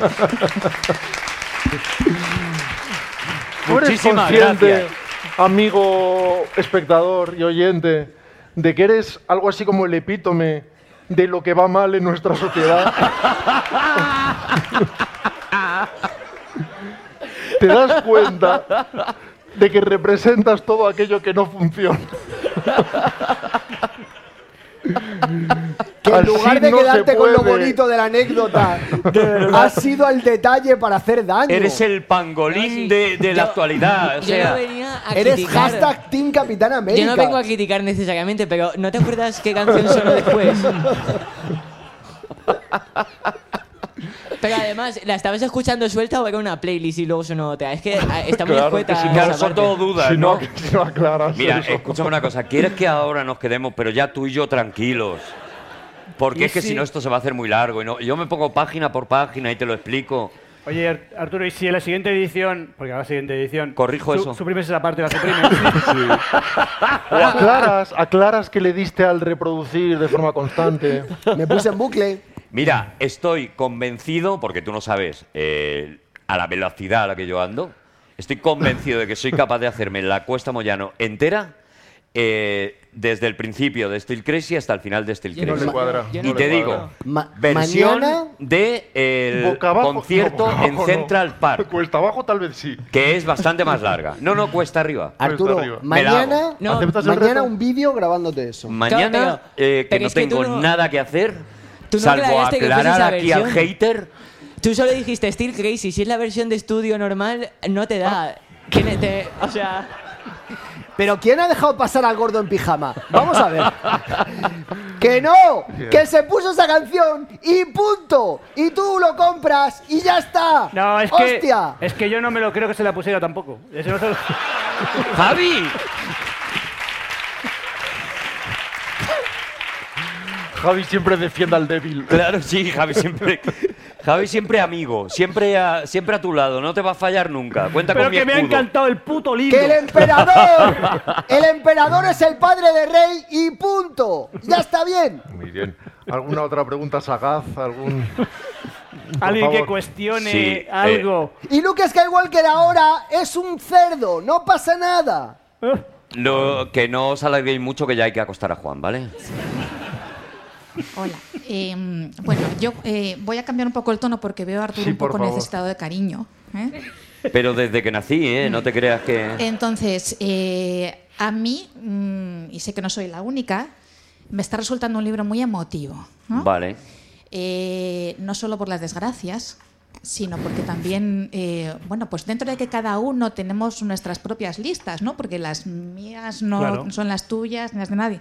[SPEAKER 2] ¿Tú eres
[SPEAKER 4] Muchísimas
[SPEAKER 2] consciente,
[SPEAKER 4] gracias.
[SPEAKER 2] amigo, espectador y oyente, de que eres algo así como el epítome de lo que va mal en nuestra sociedad? ¿Te das cuenta de que representas todo aquello que no funciona?
[SPEAKER 3] Que en
[SPEAKER 2] Así
[SPEAKER 3] lugar de
[SPEAKER 2] no se
[SPEAKER 3] quedarte con lo
[SPEAKER 2] puede.
[SPEAKER 3] bonito de la anécdota, has sido al detalle para hacer daño.
[SPEAKER 4] Eres el
[SPEAKER 7] No,
[SPEAKER 4] pangolín
[SPEAKER 7] sí.
[SPEAKER 4] de, de la
[SPEAKER 7] Yo-
[SPEAKER 4] actualidad. O
[SPEAKER 7] yo
[SPEAKER 4] sea,
[SPEAKER 7] no venía a
[SPEAKER 3] Eres
[SPEAKER 7] criticar.
[SPEAKER 3] hashtag Team Capitán América.
[SPEAKER 7] Yo no vengo a criticar necesariamente, pero ¿no te acuerdas qué canción sonó después? Pero además, ¿la estabas escuchando suelta o era una playlist y luego sonó otra? Es que ah, está muy
[SPEAKER 2] Claro,
[SPEAKER 7] escueta.
[SPEAKER 2] que sí,
[SPEAKER 4] claro,
[SPEAKER 7] esa
[SPEAKER 4] son
[SPEAKER 7] parte.
[SPEAKER 4] todo dudas,
[SPEAKER 2] si no,
[SPEAKER 4] ¿no?
[SPEAKER 2] que si no aclaras
[SPEAKER 4] Mira,
[SPEAKER 2] eso.
[SPEAKER 4] escúchame una cosa. ¿Quieres que ahora nos quedemos, pero ya tú y yo tranquilos? Porque
[SPEAKER 1] Y
[SPEAKER 4] es que si
[SPEAKER 1] sí.
[SPEAKER 4] no esto se va a hacer muy largo. Y no, yo me pongo página por página y te lo explico.
[SPEAKER 1] Oye, Ar- Arturo, y si en la siguiente edición, porque ahora la siguiente edición.
[SPEAKER 4] Corrijo
[SPEAKER 1] su-
[SPEAKER 4] eso.
[SPEAKER 1] Suprimes esa parte, la suprimes.
[SPEAKER 2] O aclaras, aclaras que le diste al reproducir de forma constante.
[SPEAKER 3] Me puse en bucle.
[SPEAKER 4] Mira, estoy convencido, porque tú no sabes eh, a la velocidad a la que yo ando, estoy convencido de que soy capaz de hacerme la cuesta Moyano entera eh, desde el principio de Steel Crazy hasta el final de Steel
[SPEAKER 7] Yo no
[SPEAKER 2] No
[SPEAKER 4] Crazy.
[SPEAKER 2] le
[SPEAKER 7] Ma-
[SPEAKER 2] cuadra.
[SPEAKER 7] yo
[SPEAKER 2] no
[SPEAKER 4] y
[SPEAKER 2] le
[SPEAKER 4] te digo,
[SPEAKER 2] cuadra.
[SPEAKER 3] Ma-
[SPEAKER 4] versión
[SPEAKER 3] mañana-
[SPEAKER 4] de el
[SPEAKER 2] Boca abajo,
[SPEAKER 4] concierto
[SPEAKER 2] no, boca
[SPEAKER 4] en
[SPEAKER 2] abajo no.
[SPEAKER 4] Central Park,
[SPEAKER 2] Cuesta abajo tal vez sí.
[SPEAKER 4] que es bastante más larga. No, no, cuesta arriba.
[SPEAKER 7] Ah,
[SPEAKER 2] arriba.
[SPEAKER 3] Arturo,
[SPEAKER 4] Me la
[SPEAKER 3] mañana,
[SPEAKER 4] hago.
[SPEAKER 7] No,
[SPEAKER 2] ¿Aceptas el
[SPEAKER 3] mañana
[SPEAKER 2] reto?
[SPEAKER 3] un vídeo grabándote eso.
[SPEAKER 4] Mañana,
[SPEAKER 7] pero-
[SPEAKER 4] eh, que
[SPEAKER 7] pero
[SPEAKER 4] no
[SPEAKER 7] es que tú
[SPEAKER 4] tengo
[SPEAKER 7] no-
[SPEAKER 4] nada que hacer,
[SPEAKER 7] Tú no
[SPEAKER 4] salvo
[SPEAKER 7] aclaraste que fuese
[SPEAKER 4] aclarar
[SPEAKER 7] esa
[SPEAKER 4] aquí al
[SPEAKER 7] versión.
[SPEAKER 4] hater.
[SPEAKER 7] Tú solo dijiste Steel Crazy. Si es la versión de estudio normal, no te da. Tiene- te- o sea,
[SPEAKER 3] Pero ¿quién ha dejado pasar al gordo en pijama? Vamos a ver. ¡Que no! ¡Que se puso esa canción! ¡Y punto! ¡Y tú lo compras! ¡Y ya está!
[SPEAKER 1] No, es que,
[SPEAKER 3] ¡Hostia!
[SPEAKER 1] es que yo no me lo creo que se la pusiera tampoco. Eso no se lo-
[SPEAKER 4] ¡Javi!
[SPEAKER 2] Javi siempre defienda al débil.
[SPEAKER 4] Claro, sí, Javi siempre. Javi siempre amigo, siempre a, siempre a tu lado, no te va a fallar nunca. Cuenta
[SPEAKER 1] Pero
[SPEAKER 4] con mi
[SPEAKER 1] que me ha
[SPEAKER 4] escudo.
[SPEAKER 1] encantado el puto libro.
[SPEAKER 3] ¡Que el emperador! ¡El emperador es el padre de rey! ¡Y punto! ¡Ya está bien!
[SPEAKER 2] Muy bien. ¿Alguna otra pregunta sagaz? ¿Algún... Por
[SPEAKER 1] Alguien que
[SPEAKER 2] favor.
[SPEAKER 1] cuestione
[SPEAKER 4] Sí, eh.
[SPEAKER 1] algo.
[SPEAKER 3] Y Luke Skywalker ahora es un cerdo, no pasa nada.
[SPEAKER 4] No, que no os alarguéis mucho, que ya hay que acostar a Juan, ¿vale?
[SPEAKER 8] Hola. Eh, bueno, yo eh, voy a cambiar un poco el tono porque veo a Arturo
[SPEAKER 2] Sí,
[SPEAKER 8] un
[SPEAKER 2] por
[SPEAKER 8] poco
[SPEAKER 2] favor.
[SPEAKER 8] necesitado de cariño. ¿eh?
[SPEAKER 4] Pero desde que nací, ¿eh? No te creas que.
[SPEAKER 8] Entonces, eh, a mí, mm, y sé que no soy la única, me está resultando un libro muy emotivo. ¿no?
[SPEAKER 4] Vale.
[SPEAKER 8] Eh, no solo por las desgracias, sino porque también, eh, bueno, pues dentro de que cada uno tenemos nuestras propias listas, ¿no? Porque las mías no
[SPEAKER 1] Claro.
[SPEAKER 8] son las tuyas, ni las de nadie.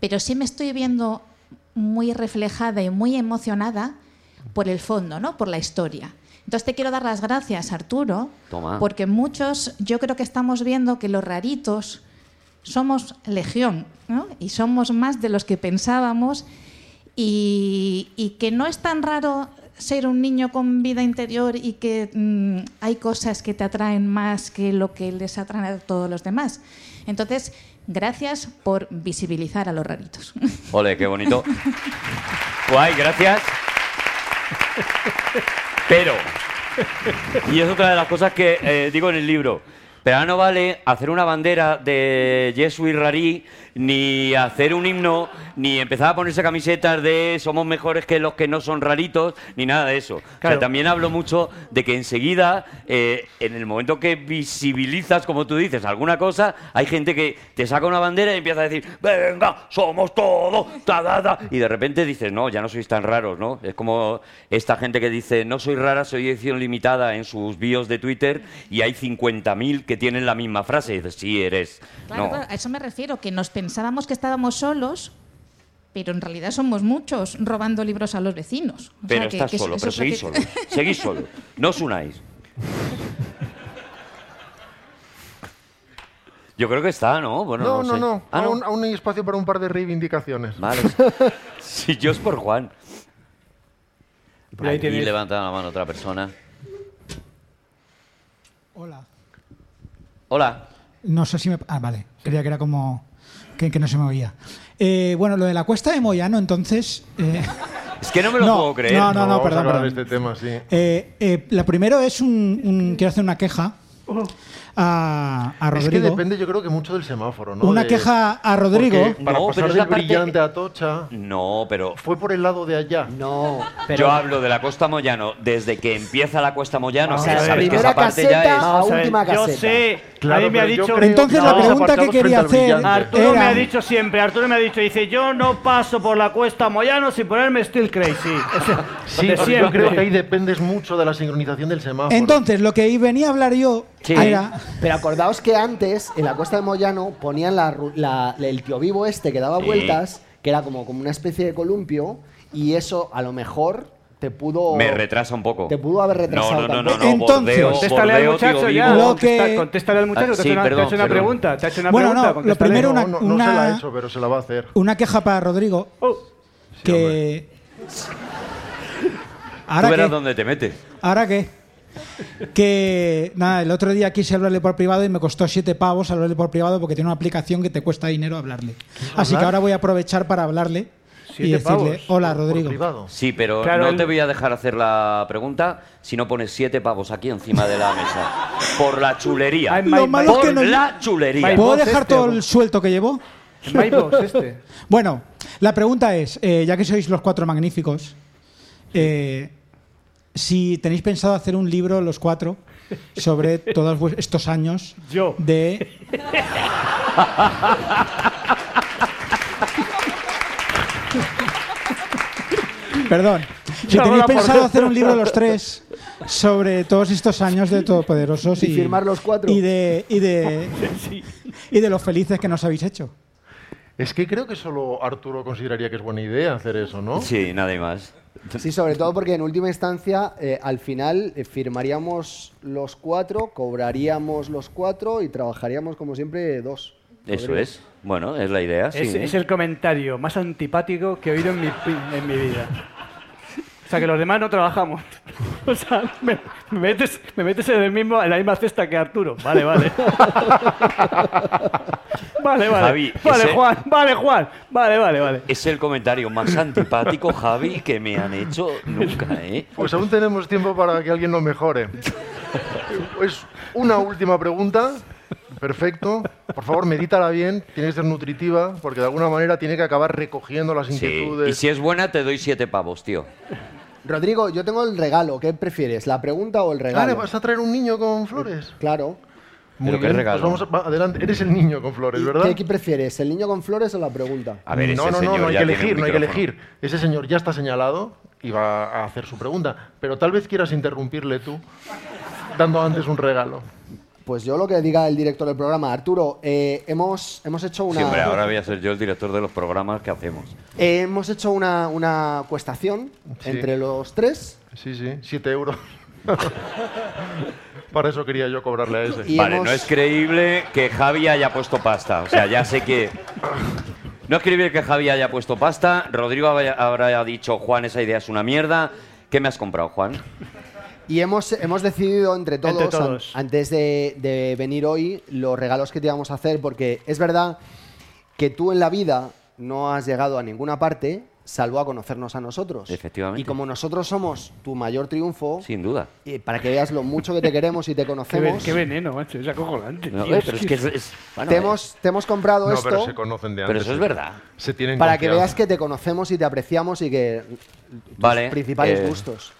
[SPEAKER 8] Pero sí me estoy viendo muy reflejada y muy emocionada por el fondo, ¿no? Por la historia. Entonces te quiero dar las gracias, Arturo,
[SPEAKER 4] Toma.
[SPEAKER 8] porque muchos, yo creo que estamos viendo que los raritos somos legión, ¿no? Y somos más de los que pensábamos y, y que no es tan raro ser un niño con vida interior y que mm, hay cosas que te atraen más que lo que les atraen a todos los demás. Entonces, gracias por visibilizar a los raritos.
[SPEAKER 4] Ole, qué bonito. Guay, gracias. Pero. Y es otra de las cosas que eh, digo en el libro. Pero ahora no vale hacer una bandera de Yesu y Rarí, ni hacer un himno, ni empezar a ponerse camisetas de somos mejores que los que no son raritos, ni nada de eso. O
[SPEAKER 1] Claro.
[SPEAKER 4] sea, también hablo mucho de que enseguida, eh, en el momento que visibilizas, como tú dices, alguna cosa, hay gente que te saca una bandera y empieza a decir, venga, somos todos, ta, ta, ta", y de repente dices, no, ya no sois tan raros, ¿no? Es como esta gente que dice, no soy rara, soy edición limitada en sus bios de Twitter y hay 50.000 que tienen la misma frase. Y dices, sí, eres.
[SPEAKER 8] Claro,
[SPEAKER 4] no.
[SPEAKER 8] claro, a eso me refiero, que nos pensábamos que estábamos solos, pero en realidad somos muchos robando libros a los vecinos. O
[SPEAKER 4] Pero
[SPEAKER 8] sea, que-
[SPEAKER 4] estás
[SPEAKER 8] que eso-
[SPEAKER 4] solo,
[SPEAKER 8] eso
[SPEAKER 4] pero
[SPEAKER 8] es lo
[SPEAKER 4] seguís
[SPEAKER 8] que-
[SPEAKER 4] solos. Seguís solos. No os unáis. Yo creo que está, ¿no? Bueno,
[SPEAKER 2] No,
[SPEAKER 4] no,
[SPEAKER 2] no,
[SPEAKER 4] sé.
[SPEAKER 2] no.
[SPEAKER 4] Ah,
[SPEAKER 2] Aún, aún hay espacio para un par de reivindicaciones.
[SPEAKER 4] Vale. Si yo es por Juan.
[SPEAKER 1] Por ahí
[SPEAKER 4] Aquí
[SPEAKER 1] tienes-
[SPEAKER 4] levanta la mano otra persona.
[SPEAKER 9] Hola.
[SPEAKER 4] Hola.
[SPEAKER 9] No sé si me. Ah, vale. Creía que era como. que, que no se me oía. Eh, bueno, lo de la cuesta de Moyano, entonces. eh,
[SPEAKER 4] Es que no me lo
[SPEAKER 9] No,
[SPEAKER 4] puedo creer.
[SPEAKER 9] no, no.
[SPEAKER 2] vamos a
[SPEAKER 9] perdón,
[SPEAKER 2] hablar de
[SPEAKER 9] perdón.
[SPEAKER 2] este tema, sí.
[SPEAKER 9] eh, eh, la primero es un, un- Quiero hacer una queja a, a
[SPEAKER 2] Oh. Es que
[SPEAKER 9] Rodrigo.
[SPEAKER 2] depende, yo creo que mucho del semáforo, ¿no?
[SPEAKER 9] Una
[SPEAKER 2] De-
[SPEAKER 9] queja a Rodrigo.
[SPEAKER 2] Porque para
[SPEAKER 4] No, pero
[SPEAKER 2] pasar
[SPEAKER 4] es
[SPEAKER 2] del
[SPEAKER 4] la parte-
[SPEAKER 2] brillante a Tocha,
[SPEAKER 4] No, pero
[SPEAKER 2] fue por el lado de allá.
[SPEAKER 3] No.
[SPEAKER 4] yo hablo de la Costa Moyano desde que empieza la Costa Moyano.
[SPEAKER 1] O
[SPEAKER 4] que
[SPEAKER 1] sea,
[SPEAKER 4] sabéis que
[SPEAKER 3] primera
[SPEAKER 4] esa parte
[SPEAKER 3] caseta-
[SPEAKER 4] ya es.
[SPEAKER 3] Ah, última
[SPEAKER 1] yo
[SPEAKER 3] caseta.
[SPEAKER 1] sé,
[SPEAKER 2] Claro,
[SPEAKER 1] nadie me ha
[SPEAKER 2] pero yo
[SPEAKER 1] dicho...
[SPEAKER 2] creo-
[SPEAKER 9] Entonces,
[SPEAKER 2] No,
[SPEAKER 9] la pregunta que
[SPEAKER 2] apartados
[SPEAKER 9] quería
[SPEAKER 2] frente al
[SPEAKER 9] hacer.
[SPEAKER 2] brillante.
[SPEAKER 1] Arturo me
[SPEAKER 9] era-
[SPEAKER 1] ha dicho siempre, Arturo me ha dicho, dice, yo no paso por la cuesta Moyano sin ponerme Still Crazy. O sea,
[SPEAKER 2] Sí,
[SPEAKER 1] de
[SPEAKER 2] pero yo
[SPEAKER 1] siempre.
[SPEAKER 2] creo que ahí dependes mucho de la sincronización del semáforo.
[SPEAKER 9] Entonces, lo que venía a hablar yo
[SPEAKER 4] Sí.
[SPEAKER 9] era.
[SPEAKER 3] Pero acordaos que antes, en la costa de Moyano, ponían la ru- la- el tío vivo este que daba
[SPEAKER 4] Sí.
[SPEAKER 3] vueltas, que era como, como una especie de columpio, y eso a lo mejor te pudo.
[SPEAKER 4] Me retrasa un poco.
[SPEAKER 3] Oh. Te pudo haber retrasado
[SPEAKER 4] No, no, no, no. no,
[SPEAKER 3] también.
[SPEAKER 4] bordeo,
[SPEAKER 9] Entonces-
[SPEAKER 1] Contéstale al
[SPEAKER 4] bordeo,
[SPEAKER 1] muchacho
[SPEAKER 4] tío
[SPEAKER 1] ya.
[SPEAKER 4] vivo.
[SPEAKER 9] Lo
[SPEAKER 1] contesta-
[SPEAKER 9] que-
[SPEAKER 1] Contéstale al muchacho,
[SPEAKER 4] Ah,
[SPEAKER 1] te ha
[SPEAKER 4] sí,
[SPEAKER 1] hecho una- te ha
[SPEAKER 4] perdón,
[SPEAKER 1] hecho una
[SPEAKER 4] perdón.
[SPEAKER 1] pregunta. Te ha hecho una
[SPEAKER 9] Bueno,
[SPEAKER 1] pregunta.
[SPEAKER 9] no, lo
[SPEAKER 1] contéstale.
[SPEAKER 9] primero
[SPEAKER 2] no,
[SPEAKER 9] una-
[SPEAKER 2] no- no se la
[SPEAKER 9] una-
[SPEAKER 2] ha hecho, pero se la va a hacer.
[SPEAKER 9] Una queja para Rodrigo.
[SPEAKER 1] Oh,
[SPEAKER 9] que.
[SPEAKER 4] Tú verás
[SPEAKER 9] Ahora que.
[SPEAKER 4] dónde te metes.
[SPEAKER 9] Ahora que. Que. Nada, el otro día quise hablarle por privado y me costó siete pavos hablarle por privado porque tiene una aplicación que te cuesta dinero hablarle. Así que ahora voy a aprovechar para hablarle y
[SPEAKER 1] Siete
[SPEAKER 9] decirle:
[SPEAKER 1] pavos.
[SPEAKER 9] Hola,
[SPEAKER 2] Por- por
[SPEAKER 9] Rodrigo.
[SPEAKER 2] privado.
[SPEAKER 4] Sí, pero
[SPEAKER 1] Claro,
[SPEAKER 4] no
[SPEAKER 1] el-
[SPEAKER 4] te voy a dejar hacer la pregunta si no pones siete pavos aquí encima de la mesa. Por la chulería.
[SPEAKER 1] Ay,
[SPEAKER 9] Lo
[SPEAKER 1] my-
[SPEAKER 9] malo
[SPEAKER 1] my-
[SPEAKER 9] es que no-
[SPEAKER 4] Por la chulería.
[SPEAKER 1] Ay,
[SPEAKER 9] ¿Puedo
[SPEAKER 1] vos
[SPEAKER 9] dejar
[SPEAKER 1] este,
[SPEAKER 9] todo
[SPEAKER 1] vos.
[SPEAKER 9] el suelto que llevo?
[SPEAKER 1] my boss este.
[SPEAKER 9] Bueno, la pregunta es, eh, ya que sois los cuatro magníficos, eh, si tenéis pensado hacer un libro, los cuatro, sobre todos vues- estos años
[SPEAKER 1] Yo.
[SPEAKER 9] de... Perdón. Si
[SPEAKER 1] No,
[SPEAKER 9] tenéis
[SPEAKER 1] no, por
[SPEAKER 9] pensado
[SPEAKER 1] Dios.
[SPEAKER 9] hacer un libro los tres sobre todos estos años de Todopoderosos
[SPEAKER 3] Y firmar los cuatro.
[SPEAKER 9] y de, y de, y de los felices que nos habéis hecho.
[SPEAKER 2] Es que creo que solo Arturo consideraría que es buena idea hacer eso, ¿no?
[SPEAKER 4] Sí, nadie más.
[SPEAKER 3] Sí, sobre todo porque en última instancia, eh, al final eh, firmaríamos los cuatro, cobraríamos los cuatro y trabajaríamos como siempre dos.
[SPEAKER 4] Eso
[SPEAKER 3] Rodrigo.
[SPEAKER 4] es. Bueno, es la idea. Sí.
[SPEAKER 1] Es, es el comentario más antipático que he oído en mi, pi- en mi vida. O sea, que los demás no trabajamos. O sea, me, me metes, me metes en, el mismo, en la misma cesta que Arturo. Vale, vale. Vale, vale.
[SPEAKER 4] Javi,
[SPEAKER 1] vale,
[SPEAKER 4] ese-
[SPEAKER 1] Juan. Vale, Juan. Vale, vale, vale.
[SPEAKER 4] Es el comentario más antipático, Javi, que me han hecho nunca, ¿eh?
[SPEAKER 2] Pues aún tenemos tiempo para que alguien lo mejore. Es una última pregunta. Perfecto. Por favor, medítala bien. Tiene que ser nutritiva, porque de alguna manera tiene que acabar recogiendo las
[SPEAKER 4] Sí.
[SPEAKER 2] inquietudes.
[SPEAKER 4] Y si es buena, te doy siete pavos, tío.
[SPEAKER 3] Rodrigo, yo tengo el regalo. ¿Qué prefieres? ¿La pregunta o el
[SPEAKER 2] Ah, ¿le
[SPEAKER 3] regalo?
[SPEAKER 2] vas a traer un niño con flores.
[SPEAKER 3] Claro.
[SPEAKER 2] Muy
[SPEAKER 4] Pero qué
[SPEAKER 2] bien,
[SPEAKER 4] regalo.
[SPEAKER 2] pues vamos a- va, adelante. Eres el niño con flores,
[SPEAKER 3] ¿Y
[SPEAKER 2] ¿verdad?
[SPEAKER 3] ¿Qué, qué prefieres? ¿El niño con flores o la pregunta?
[SPEAKER 4] A ver,
[SPEAKER 2] no,
[SPEAKER 4] ese
[SPEAKER 2] no, no,
[SPEAKER 4] señor
[SPEAKER 2] no hay
[SPEAKER 4] ya
[SPEAKER 2] que
[SPEAKER 4] tiene un
[SPEAKER 2] elegir, no hay que
[SPEAKER 4] micrófono.
[SPEAKER 2] elegir. Ese señor ya está señalado y va a hacer su pregunta, pero tal vez quieras interrumpirle tú dando antes un regalo.
[SPEAKER 3] Pues yo lo que diga el director del programa. Arturo, eh, hemos, hemos hecho una...
[SPEAKER 4] Sí, hombre, ahora voy a ser yo el director de los programas que hacemos.
[SPEAKER 3] Eh, hemos hecho una, una cuestación
[SPEAKER 2] Sí.
[SPEAKER 3] entre los tres
[SPEAKER 2] Sí, sí, siete euros. Para eso quería yo cobrarle a ese.
[SPEAKER 3] y
[SPEAKER 4] Vale,
[SPEAKER 3] hemos...
[SPEAKER 4] no es creíble que Javi haya puesto pasta. O sea, ya sé que. No es creíble que Javi haya puesto pasta. Rodrigo haya- habrá dicho, Juan, esa idea es una mierda. ¿Qué me has comprado, Juan?
[SPEAKER 3] Y hemos, hemos decidido entre todos,
[SPEAKER 1] Entre todos.
[SPEAKER 3] an- antes de, de venir hoy, los regalos que te íbamos a hacer, porque es verdad que tú en la vida no has llegado a ninguna parte salvo a conocernos a nosotros.
[SPEAKER 4] Efectivamente.
[SPEAKER 3] Y como nosotros somos tu mayor triunfo,
[SPEAKER 4] Sin duda.
[SPEAKER 3] y para que veas lo mucho que te queremos y te
[SPEAKER 1] Qué, ven-
[SPEAKER 3] conocemos,
[SPEAKER 1] qué veneno, macho. Es acojonante.
[SPEAKER 4] No,
[SPEAKER 1] tío.
[SPEAKER 4] eh, pero es que es- es- bueno,
[SPEAKER 3] te,
[SPEAKER 4] eh,
[SPEAKER 3] hemos, te hemos comprado
[SPEAKER 2] No,
[SPEAKER 3] esto
[SPEAKER 2] pero se conocen de
[SPEAKER 4] Pero
[SPEAKER 2] antes.
[SPEAKER 4] eso es
[SPEAKER 2] se-
[SPEAKER 4] verdad.
[SPEAKER 2] Se tienen
[SPEAKER 3] para que veas
[SPEAKER 2] confianza.
[SPEAKER 3] que te conocemos y te apreciamos y que tus
[SPEAKER 4] Vale,
[SPEAKER 3] principales
[SPEAKER 4] eh,
[SPEAKER 3] gustos.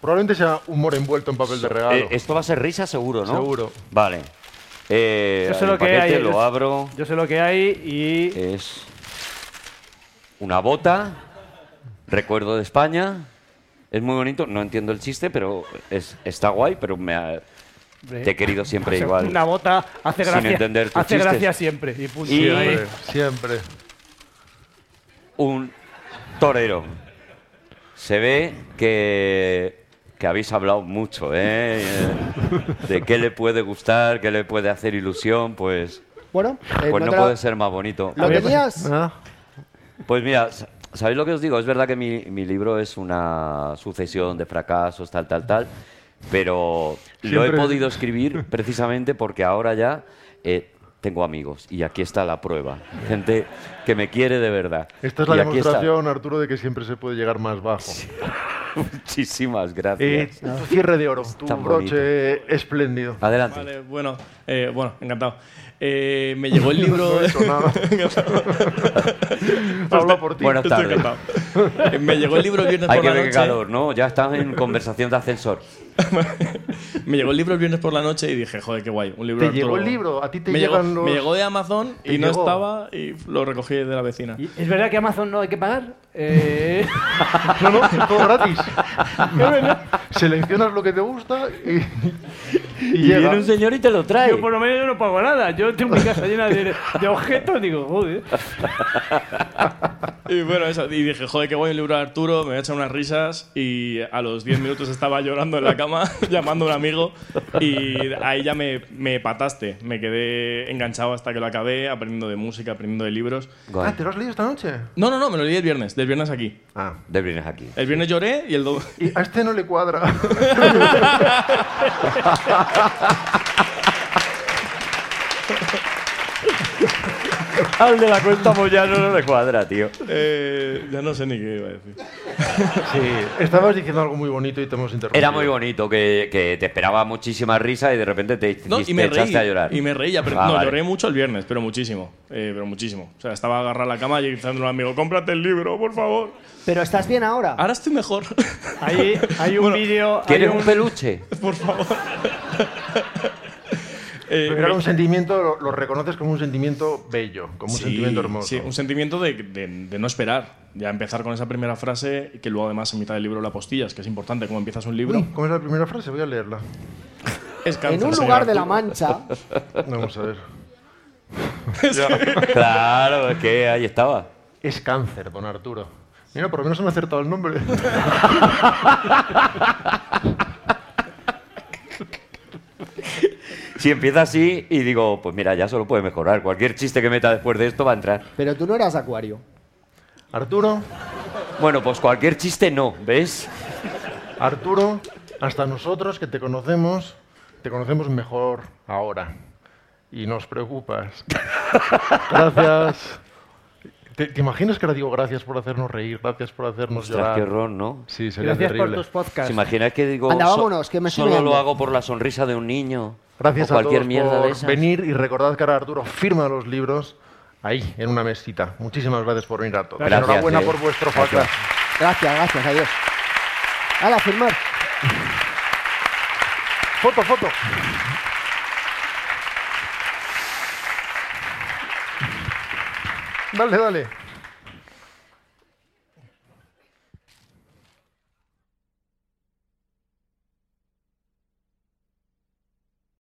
[SPEAKER 2] Probablemente sea humor envuelto en papel de regalo.
[SPEAKER 4] eh, esto va a ser risa seguro, ¿no?
[SPEAKER 2] Seguro.
[SPEAKER 4] Vale. Eh,
[SPEAKER 1] Yo sé
[SPEAKER 4] el
[SPEAKER 1] lo que
[SPEAKER 4] paquete
[SPEAKER 1] hay.
[SPEAKER 4] lo
[SPEAKER 1] yo-
[SPEAKER 4] abro.
[SPEAKER 1] Yo sé lo que hay y.
[SPEAKER 4] Es una bota. Recuerdo de España. Es muy bonito. No entiendo el chiste, pero es, está guay. Pero me ha-
[SPEAKER 1] hombre,
[SPEAKER 4] te he querido siempre
[SPEAKER 1] o sea,
[SPEAKER 4] igual.
[SPEAKER 1] Una bota hace
[SPEAKER 4] Sin
[SPEAKER 1] gracia.
[SPEAKER 4] entender tus
[SPEAKER 1] hace gracia
[SPEAKER 4] chistes.
[SPEAKER 1] siempre. Y punto.
[SPEAKER 4] Y-
[SPEAKER 1] Ahí.
[SPEAKER 2] Siempre, siempre.
[SPEAKER 4] un torero. Se ve que, que habéis hablado mucho, ¿eh? De qué le puede gustar, qué le puede hacer ilusión, pues,
[SPEAKER 3] Bueno, eh,
[SPEAKER 4] pues
[SPEAKER 3] no
[SPEAKER 4] no
[SPEAKER 3] te la-
[SPEAKER 4] puede ser más bonito.
[SPEAKER 3] ¿Lo tenías?
[SPEAKER 4] Ah.
[SPEAKER 2] Nada.
[SPEAKER 4] Pues mira, sa- ¿sabéis lo que os digo? Es verdad que mi, mi libro es una sucesión de fracasos, tal, tal, tal, pero lo he
[SPEAKER 2] Siempre-
[SPEAKER 4] podido escribir precisamente porque ahora ya eh, tengo amigos y aquí está la prueba. Gente que me quiere de verdad.
[SPEAKER 2] Esta es la
[SPEAKER 4] Y aquí está.
[SPEAKER 2] demostración, Arturo, de que siempre se puede llegar más bajo.
[SPEAKER 4] Muchísimas
[SPEAKER 2] Eh,
[SPEAKER 4] gracias.
[SPEAKER 2] tu cierre de oro, tu
[SPEAKER 4] tan
[SPEAKER 2] broche espléndido.
[SPEAKER 4] Adelante.
[SPEAKER 10] Vale, bueno, eh, bueno, encantado. Eh, me llegó el libro.
[SPEAKER 2] No he hecho nada.
[SPEAKER 4] pues,
[SPEAKER 2] Habla por ti.
[SPEAKER 4] Buenas
[SPEAKER 10] Estoy
[SPEAKER 4] tardes.
[SPEAKER 10] encantado. Eh, me llegó el libro el viernes
[SPEAKER 4] Hay
[SPEAKER 10] por
[SPEAKER 4] que
[SPEAKER 10] la
[SPEAKER 4] ver
[SPEAKER 10] noche.
[SPEAKER 4] qué calor, ¿no? Ya estás en conversación de ascensor.
[SPEAKER 10] Me llegó el libro el viernes por la noche y dije, joder, qué guay. Un libro
[SPEAKER 2] ¿Te
[SPEAKER 10] de Arturo
[SPEAKER 2] llegó el
[SPEAKER 10] Gómez.
[SPEAKER 2] libro? ¿A ti te
[SPEAKER 10] me llegó,
[SPEAKER 2] llegan los-
[SPEAKER 10] me llegó de Amazon
[SPEAKER 2] ¿Te
[SPEAKER 10] y no
[SPEAKER 2] llegó?
[SPEAKER 10] estaba y lo recogí de la vecina.
[SPEAKER 1] Y- ¿Es verdad que Amazon no hay que pagar? Eh,
[SPEAKER 2] No, no, todo gratis. Seleccionas lo que te gusta y, y llega.
[SPEAKER 4] señor y te lo trae.
[SPEAKER 1] yo por lo menos yo no pago nada. Yo tengo mi casa llena de, de objetos. Digo, joder.
[SPEAKER 10] Y bueno, eso, y dije, joder, qué guay el libro de Arturo, me voy a echar unas risas y a los 10 minutos estaba llorando en la cama llamando a un amigo y ahí ya me, me pataste, me quedé enganchado hasta que lo acabé, aprendiendo de música, aprendiendo de libros.
[SPEAKER 2] Ah, ¿te lo has leído esta noche?
[SPEAKER 10] No, no, no, me lo leí el viernes, del viernes aquí.
[SPEAKER 2] Ah.
[SPEAKER 4] Debrines aquí.
[SPEAKER 10] El viernes lloré y el do...
[SPEAKER 2] Y a este no le cuadra.
[SPEAKER 4] Al de la cuenta Moyano no le cuadra, tío.
[SPEAKER 10] eh, ya no sé ni qué iba a decir.
[SPEAKER 2] Sí, estabas diciendo algo muy bonito y te hemos interrumpido.
[SPEAKER 4] Era muy bonito, que, que te esperaba muchísima risa y de repente te,
[SPEAKER 10] No,
[SPEAKER 4] te
[SPEAKER 10] y me reí.
[SPEAKER 4] echaste a llorar.
[SPEAKER 10] Y me reí. ya, pero-
[SPEAKER 4] Ah,
[SPEAKER 10] no,
[SPEAKER 4] vale.
[SPEAKER 10] lloré mucho el viernes, pero muchísimo. eh, pero muchísimo. O sea, estaba agarrado a la cama y diciendo a un amigo, cómprate el libro, por favor.
[SPEAKER 3] Pero estás bien ahora.
[SPEAKER 10] Ahora estoy mejor.
[SPEAKER 1] Ahí hay un vídeo. hay
[SPEAKER 4] ¿Quieres
[SPEAKER 1] un-
[SPEAKER 4] un peluche?
[SPEAKER 10] por favor. Eh,
[SPEAKER 2] Pero era un sentimiento, lo, lo reconoces como un sentimiento bello, como un
[SPEAKER 10] sí,
[SPEAKER 2] sentimiento hermoso.
[SPEAKER 10] sí, un sentimiento de, de- de no esperar. Ya empezar con esa primera frase y que luego además en mitad del libro la apostillas, que es importante cómo empiezas un libro.
[SPEAKER 2] Uy, ¿Cómo es la primera frase? Voy a leerla.
[SPEAKER 10] Es
[SPEAKER 3] en
[SPEAKER 10] cáncer,
[SPEAKER 3] un
[SPEAKER 10] señor
[SPEAKER 3] lugar de la
[SPEAKER 10] Arturo.
[SPEAKER 3] Mancha,
[SPEAKER 2] Vamos a ver.
[SPEAKER 4] claro, es que ahí estaba.
[SPEAKER 2] Es cáncer, don Arturo. Mira, por lo menos han acertado el nombre.
[SPEAKER 4] Si empieza así y digo, pues mira, ya solo puede mejorar. Cualquier chiste que meta después de esto va a entrar.
[SPEAKER 3] pero tú no eras acuario.
[SPEAKER 2] Arturo,
[SPEAKER 4] Bueno, pues cualquier chiste no, ¿ves?
[SPEAKER 2] Arturo, hasta nosotros que te conocemos, te conocemos mejor ahora. Y nos preocupas. Gracias. ¿Te, te imaginas que ahora digo gracias por hacernos reír, gracias por hacernos
[SPEAKER 4] Ostras,
[SPEAKER 2] llorar?
[SPEAKER 4] qué horror, ¿no?
[SPEAKER 2] Sí, sería
[SPEAKER 1] Gracias por
[SPEAKER 2] terrible.
[SPEAKER 1] tus podcasts.
[SPEAKER 4] ¿Se imagináis que digo,
[SPEAKER 3] Anda, vámonos, que me estoy
[SPEAKER 4] solo lo
[SPEAKER 3] liando.
[SPEAKER 4] hago por la sonrisa de un niño?
[SPEAKER 2] Gracias
[SPEAKER 4] o
[SPEAKER 2] a
[SPEAKER 4] cualquier
[SPEAKER 2] todos
[SPEAKER 4] mierda de
[SPEAKER 2] por
[SPEAKER 4] esas.
[SPEAKER 2] venir y recordad que ahora Arturo firma los libros ahí, en una mesita. Muchísimas gracias por venir a todos.
[SPEAKER 4] Gracias,
[SPEAKER 2] Enhorabuena
[SPEAKER 4] eh.
[SPEAKER 2] por vuestro
[SPEAKER 4] Gracias.
[SPEAKER 2] podcast.
[SPEAKER 3] Gracias, gracias, adiós. Hala, firmar.
[SPEAKER 2] Foto, foto. Dale, dale.